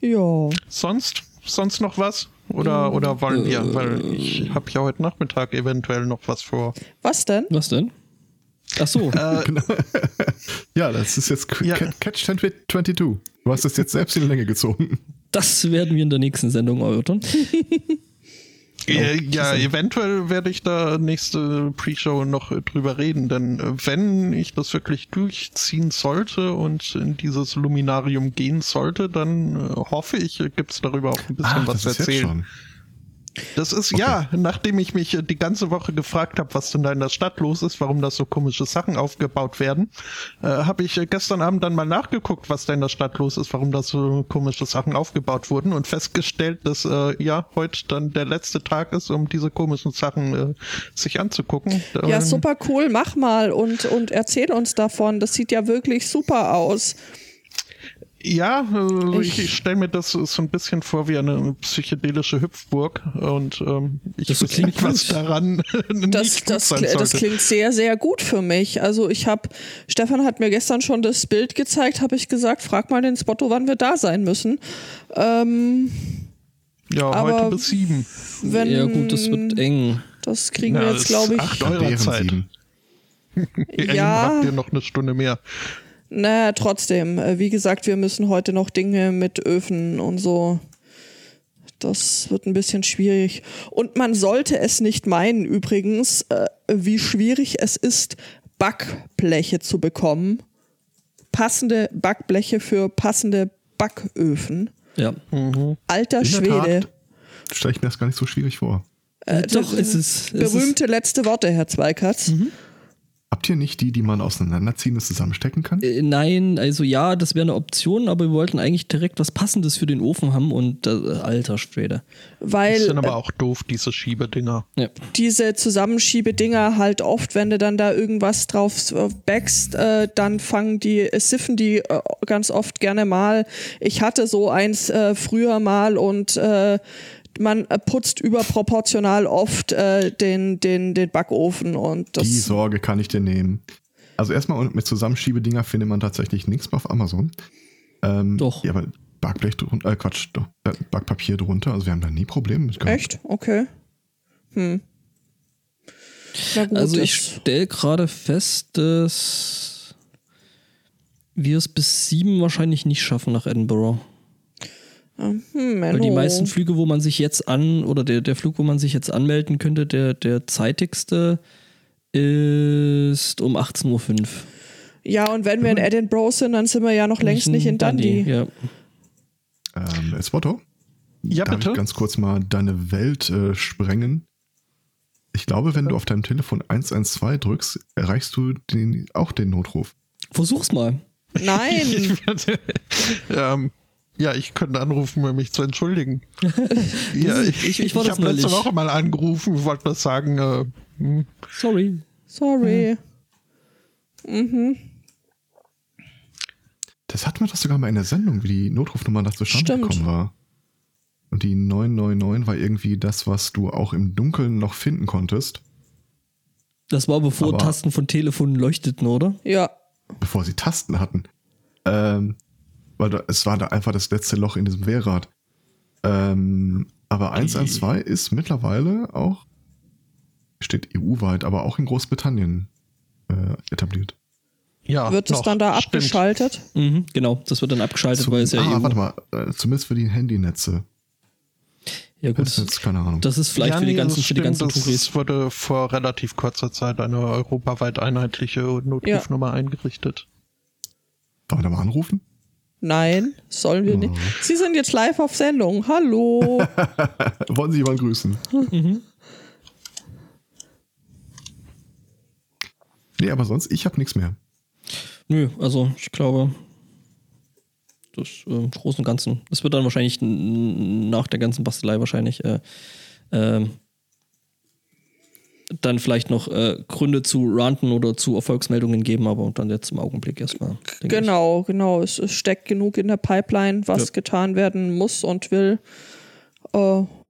Speaker 2: Ja.
Speaker 4: sonst? Sonst noch was? Oder, oder wollen wir? Weil
Speaker 2: Äh.
Speaker 4: ich habe ja heute Nachmittag eventuell noch was vor.
Speaker 2: Was denn?
Speaker 1: Was denn? Ach so.
Speaker 2: Äh.
Speaker 3: Ja, das ist jetzt Qu-
Speaker 4: Ja.
Speaker 3: Cat- Catch 22. Du hast es jetzt selbst in die Länge gezogen.
Speaker 1: Das werden wir in der nächsten Sendung erörtern.
Speaker 4: Äh, ja, eventuell werde ich da nächste Pre-Show noch äh, drüber reden, denn äh, wenn ich das wirklich durchziehen sollte und in dieses Luminarium gehen sollte, dann äh, hoffe ich, gibt es darüber auch ein
Speaker 3: Ah,
Speaker 4: bisschen Ah, was zu erzählen. Das ist ja, nachdem ich mich äh, die ganze Woche gefragt habe, was denn da in der Stadt los ist, warum da so komische Sachen aufgebaut werden, äh, habe ich äh, gestern Abend dann mal nachgeguckt, was da in der Stadt los ist, warum da so komische Sachen aufgebaut wurden und festgestellt, dass äh, ja heute dann der letzte Tag ist, um diese komischen Sachen äh, sich anzugucken.
Speaker 2: Ja,
Speaker 4: Ähm,
Speaker 2: super cool, mach mal und, und erzähl uns davon. Das sieht ja wirklich super aus.
Speaker 4: Ja, also ich,
Speaker 2: Ich-
Speaker 4: ich stelle mir das so ein bisschen vor wie eine psychedelische Hüpfburg und ähm, ich
Speaker 1: Das
Speaker 4: wüsste
Speaker 1: klingt
Speaker 4: nicht, was
Speaker 1: gut.
Speaker 4: daran nicht
Speaker 2: Das,
Speaker 4: gut
Speaker 2: das,
Speaker 4: sein
Speaker 2: kli- das
Speaker 4: sollte.
Speaker 2: klingt sehr, sehr gut für mich. Also ich habe, Stefan hat mir gestern schon das Bild gezeigt, habe ich gesagt, frag mal den Spotto, wann wir da sein müssen. Ähm,
Speaker 4: Ja,
Speaker 2: aber-
Speaker 4: heute bis sieben.
Speaker 2: wenn,
Speaker 1: ja, gut, das wird eng.
Speaker 2: das kriegen
Speaker 4: Ja,
Speaker 2: wir
Speaker 4: das
Speaker 2: jetzt, glaube
Speaker 4: ist
Speaker 2: ich,
Speaker 4: acht
Speaker 3: Eurer
Speaker 4: Eurer Zeit.
Speaker 3: Sieben.
Speaker 4: Ja.
Speaker 2: Ja.
Speaker 4: habt ihr noch eine Stunde mehr.
Speaker 2: Naja, trotzdem. äh, Wie gesagt, wir müssen heute noch Dinge mit Öfen und so. Das wird ein bisschen schwierig. Und man sollte es nicht meinen, übrigens, äh, wie schwierig es ist, Backbleche zu bekommen. Passende Backbleche für passende Backöfen.
Speaker 1: Ja.
Speaker 2: Alter
Speaker 3: In der
Speaker 2: Schwede.
Speaker 3: Tat stelle ich mir das gar nicht so schwierig vor.
Speaker 1: Äh, Doch,
Speaker 2: das-
Speaker 1: es ist. Es ist
Speaker 2: Berühmte letzte Worte, Herr Zweikatz.
Speaker 3: Habt ihr nicht die, die man auseinanderziehen und zusammenstecken kann?
Speaker 1: äh, nein, also ja, das wäre eine Option, aber wir wollten eigentlich direkt was Passendes für den Ofen haben und äh, alter Schwede.
Speaker 4: Die
Speaker 2: Weil
Speaker 4: sind
Speaker 2: äh,
Speaker 4: aber auch doof, diese Schiebedinger.
Speaker 1: Ja.
Speaker 2: diese Zusammenschiebedinger halt oft, wenn du dann da irgendwas drauf backst, äh, dann fangen die, äh, siffen die äh, ganz oft gerne mal. Ich hatte so eins äh, früher mal und äh, man äh, putzt überproportional oft äh, den, den, den Backofen und das.
Speaker 3: Die Sorge kann ich dir nehmen. Also erstmal und mit Zusammenschiebedinger findet man tatsächlich nichts mehr auf Amazon. Ähm,
Speaker 1: Doch.
Speaker 3: Ja, aber Backblech drunter, äh Quatsch, doch, äh, Backpapier drunter, also wir haben da nie Probleme mit gehabt.
Speaker 2: Echt? Okay. Hm. Na gut,
Speaker 1: Also ich
Speaker 2: das-
Speaker 1: stelle gerade fest, dass wir es bis sieben wahrscheinlich nicht schaffen nach Edinburgh.
Speaker 2: hm,
Speaker 1: Weil die
Speaker 2: Menno.
Speaker 1: meisten Flüge, wo man sich jetzt an, oder der, der Flug, wo man sich jetzt anmelden könnte, der, der zeitigste ist um 18.05 Uhr.
Speaker 2: Ja, und wenn wir in
Speaker 1: Mhm.
Speaker 2: Edinburgh sind, dann sind wir ja noch längst nicht in Dundee.
Speaker 1: Ja.
Speaker 3: Ähm, äh, Swotto?
Speaker 4: Ja,
Speaker 3: Darf
Speaker 4: bitte?
Speaker 3: ich ganz kurz mal deine Welt äh, sprengen? Ich glaube, wenn du auf deinem Telefon 112 drückst, erreichst du den, auch den Notruf.
Speaker 1: Versuch's mal.
Speaker 2: Nein!
Speaker 4: Ich werde, ähm, ja, ich könnte anrufen, um mich zu entschuldigen. ja, ich, ich,
Speaker 1: ich war das
Speaker 4: habe letzte
Speaker 1: neulich.
Speaker 4: Woche mal angerufen, wollte was sagen. Äh, hm.
Speaker 1: Sorry.
Speaker 2: Sorry.
Speaker 3: Das hatten wir doch sogar mal in der Sendung, wie die Notrufnummer da zustande
Speaker 2: Stimmt.
Speaker 3: gekommen war. Und die 999 war irgendwie das, was du auch im Dunkeln noch finden konntest,
Speaker 1: Das war bevor
Speaker 3: Aber-
Speaker 1: Tasten von Telefonen leuchteten, oder?
Speaker 2: Ja,
Speaker 3: bevor sie Tasten hatten. Ähm, weil da, es war da einfach das letzte Loch in diesem Wehrrad. Ähm, aber 112 ist mittlerweile auch, steht EU-weit, aber auch in Großbritannien äh, etabliert.
Speaker 4: ja,
Speaker 2: wird es
Speaker 4: doch,
Speaker 2: dann da
Speaker 4: stimmt.
Speaker 2: abgeschaltet?
Speaker 1: Mhm, genau, das wird dann abgeschaltet,
Speaker 3: Zu-
Speaker 1: weil es ja
Speaker 3: ah,
Speaker 1: EU
Speaker 3: warte mal, äh, zumindest für die Handynetze.
Speaker 1: Ja gut,
Speaker 3: Das ist jetzt keine Ahnung.
Speaker 1: das ist vielleicht
Speaker 4: ja,
Speaker 1: für die
Speaker 4: nee,
Speaker 1: ganzen,
Speaker 4: das
Speaker 1: für die
Speaker 4: stimmt,
Speaker 1: ganzen Touris.
Speaker 4: Es wurde vor relativ kurzer Zeit eine europaweit einheitliche Notrufnummer eingerichtet.
Speaker 3: Darf man da mal anrufen?
Speaker 2: Nein, sollen wir
Speaker 4: Mhm.
Speaker 2: nicht. Sie sind jetzt live auf Sendung. Hallo.
Speaker 3: Äh, Wollen Sie jemanden grüßen? Nee, aber sonst, ich habe nichts mehr.
Speaker 1: Nö, also ich glaube, das äh, im Großen und Ganzen. Das wird dann wahrscheinlich n- nach der ganzen Bastelei wahrscheinlich äh, ähm, dann vielleicht noch äh, Gründe zu ranten oder zu Erfolgsmeldungen geben, aber dann jetzt im Augenblick erstmal. denke ich.
Speaker 2: Genau, genau. Es, es steckt genug in der Pipeline, was
Speaker 1: Ja.
Speaker 2: getan werden muss und will. Äh,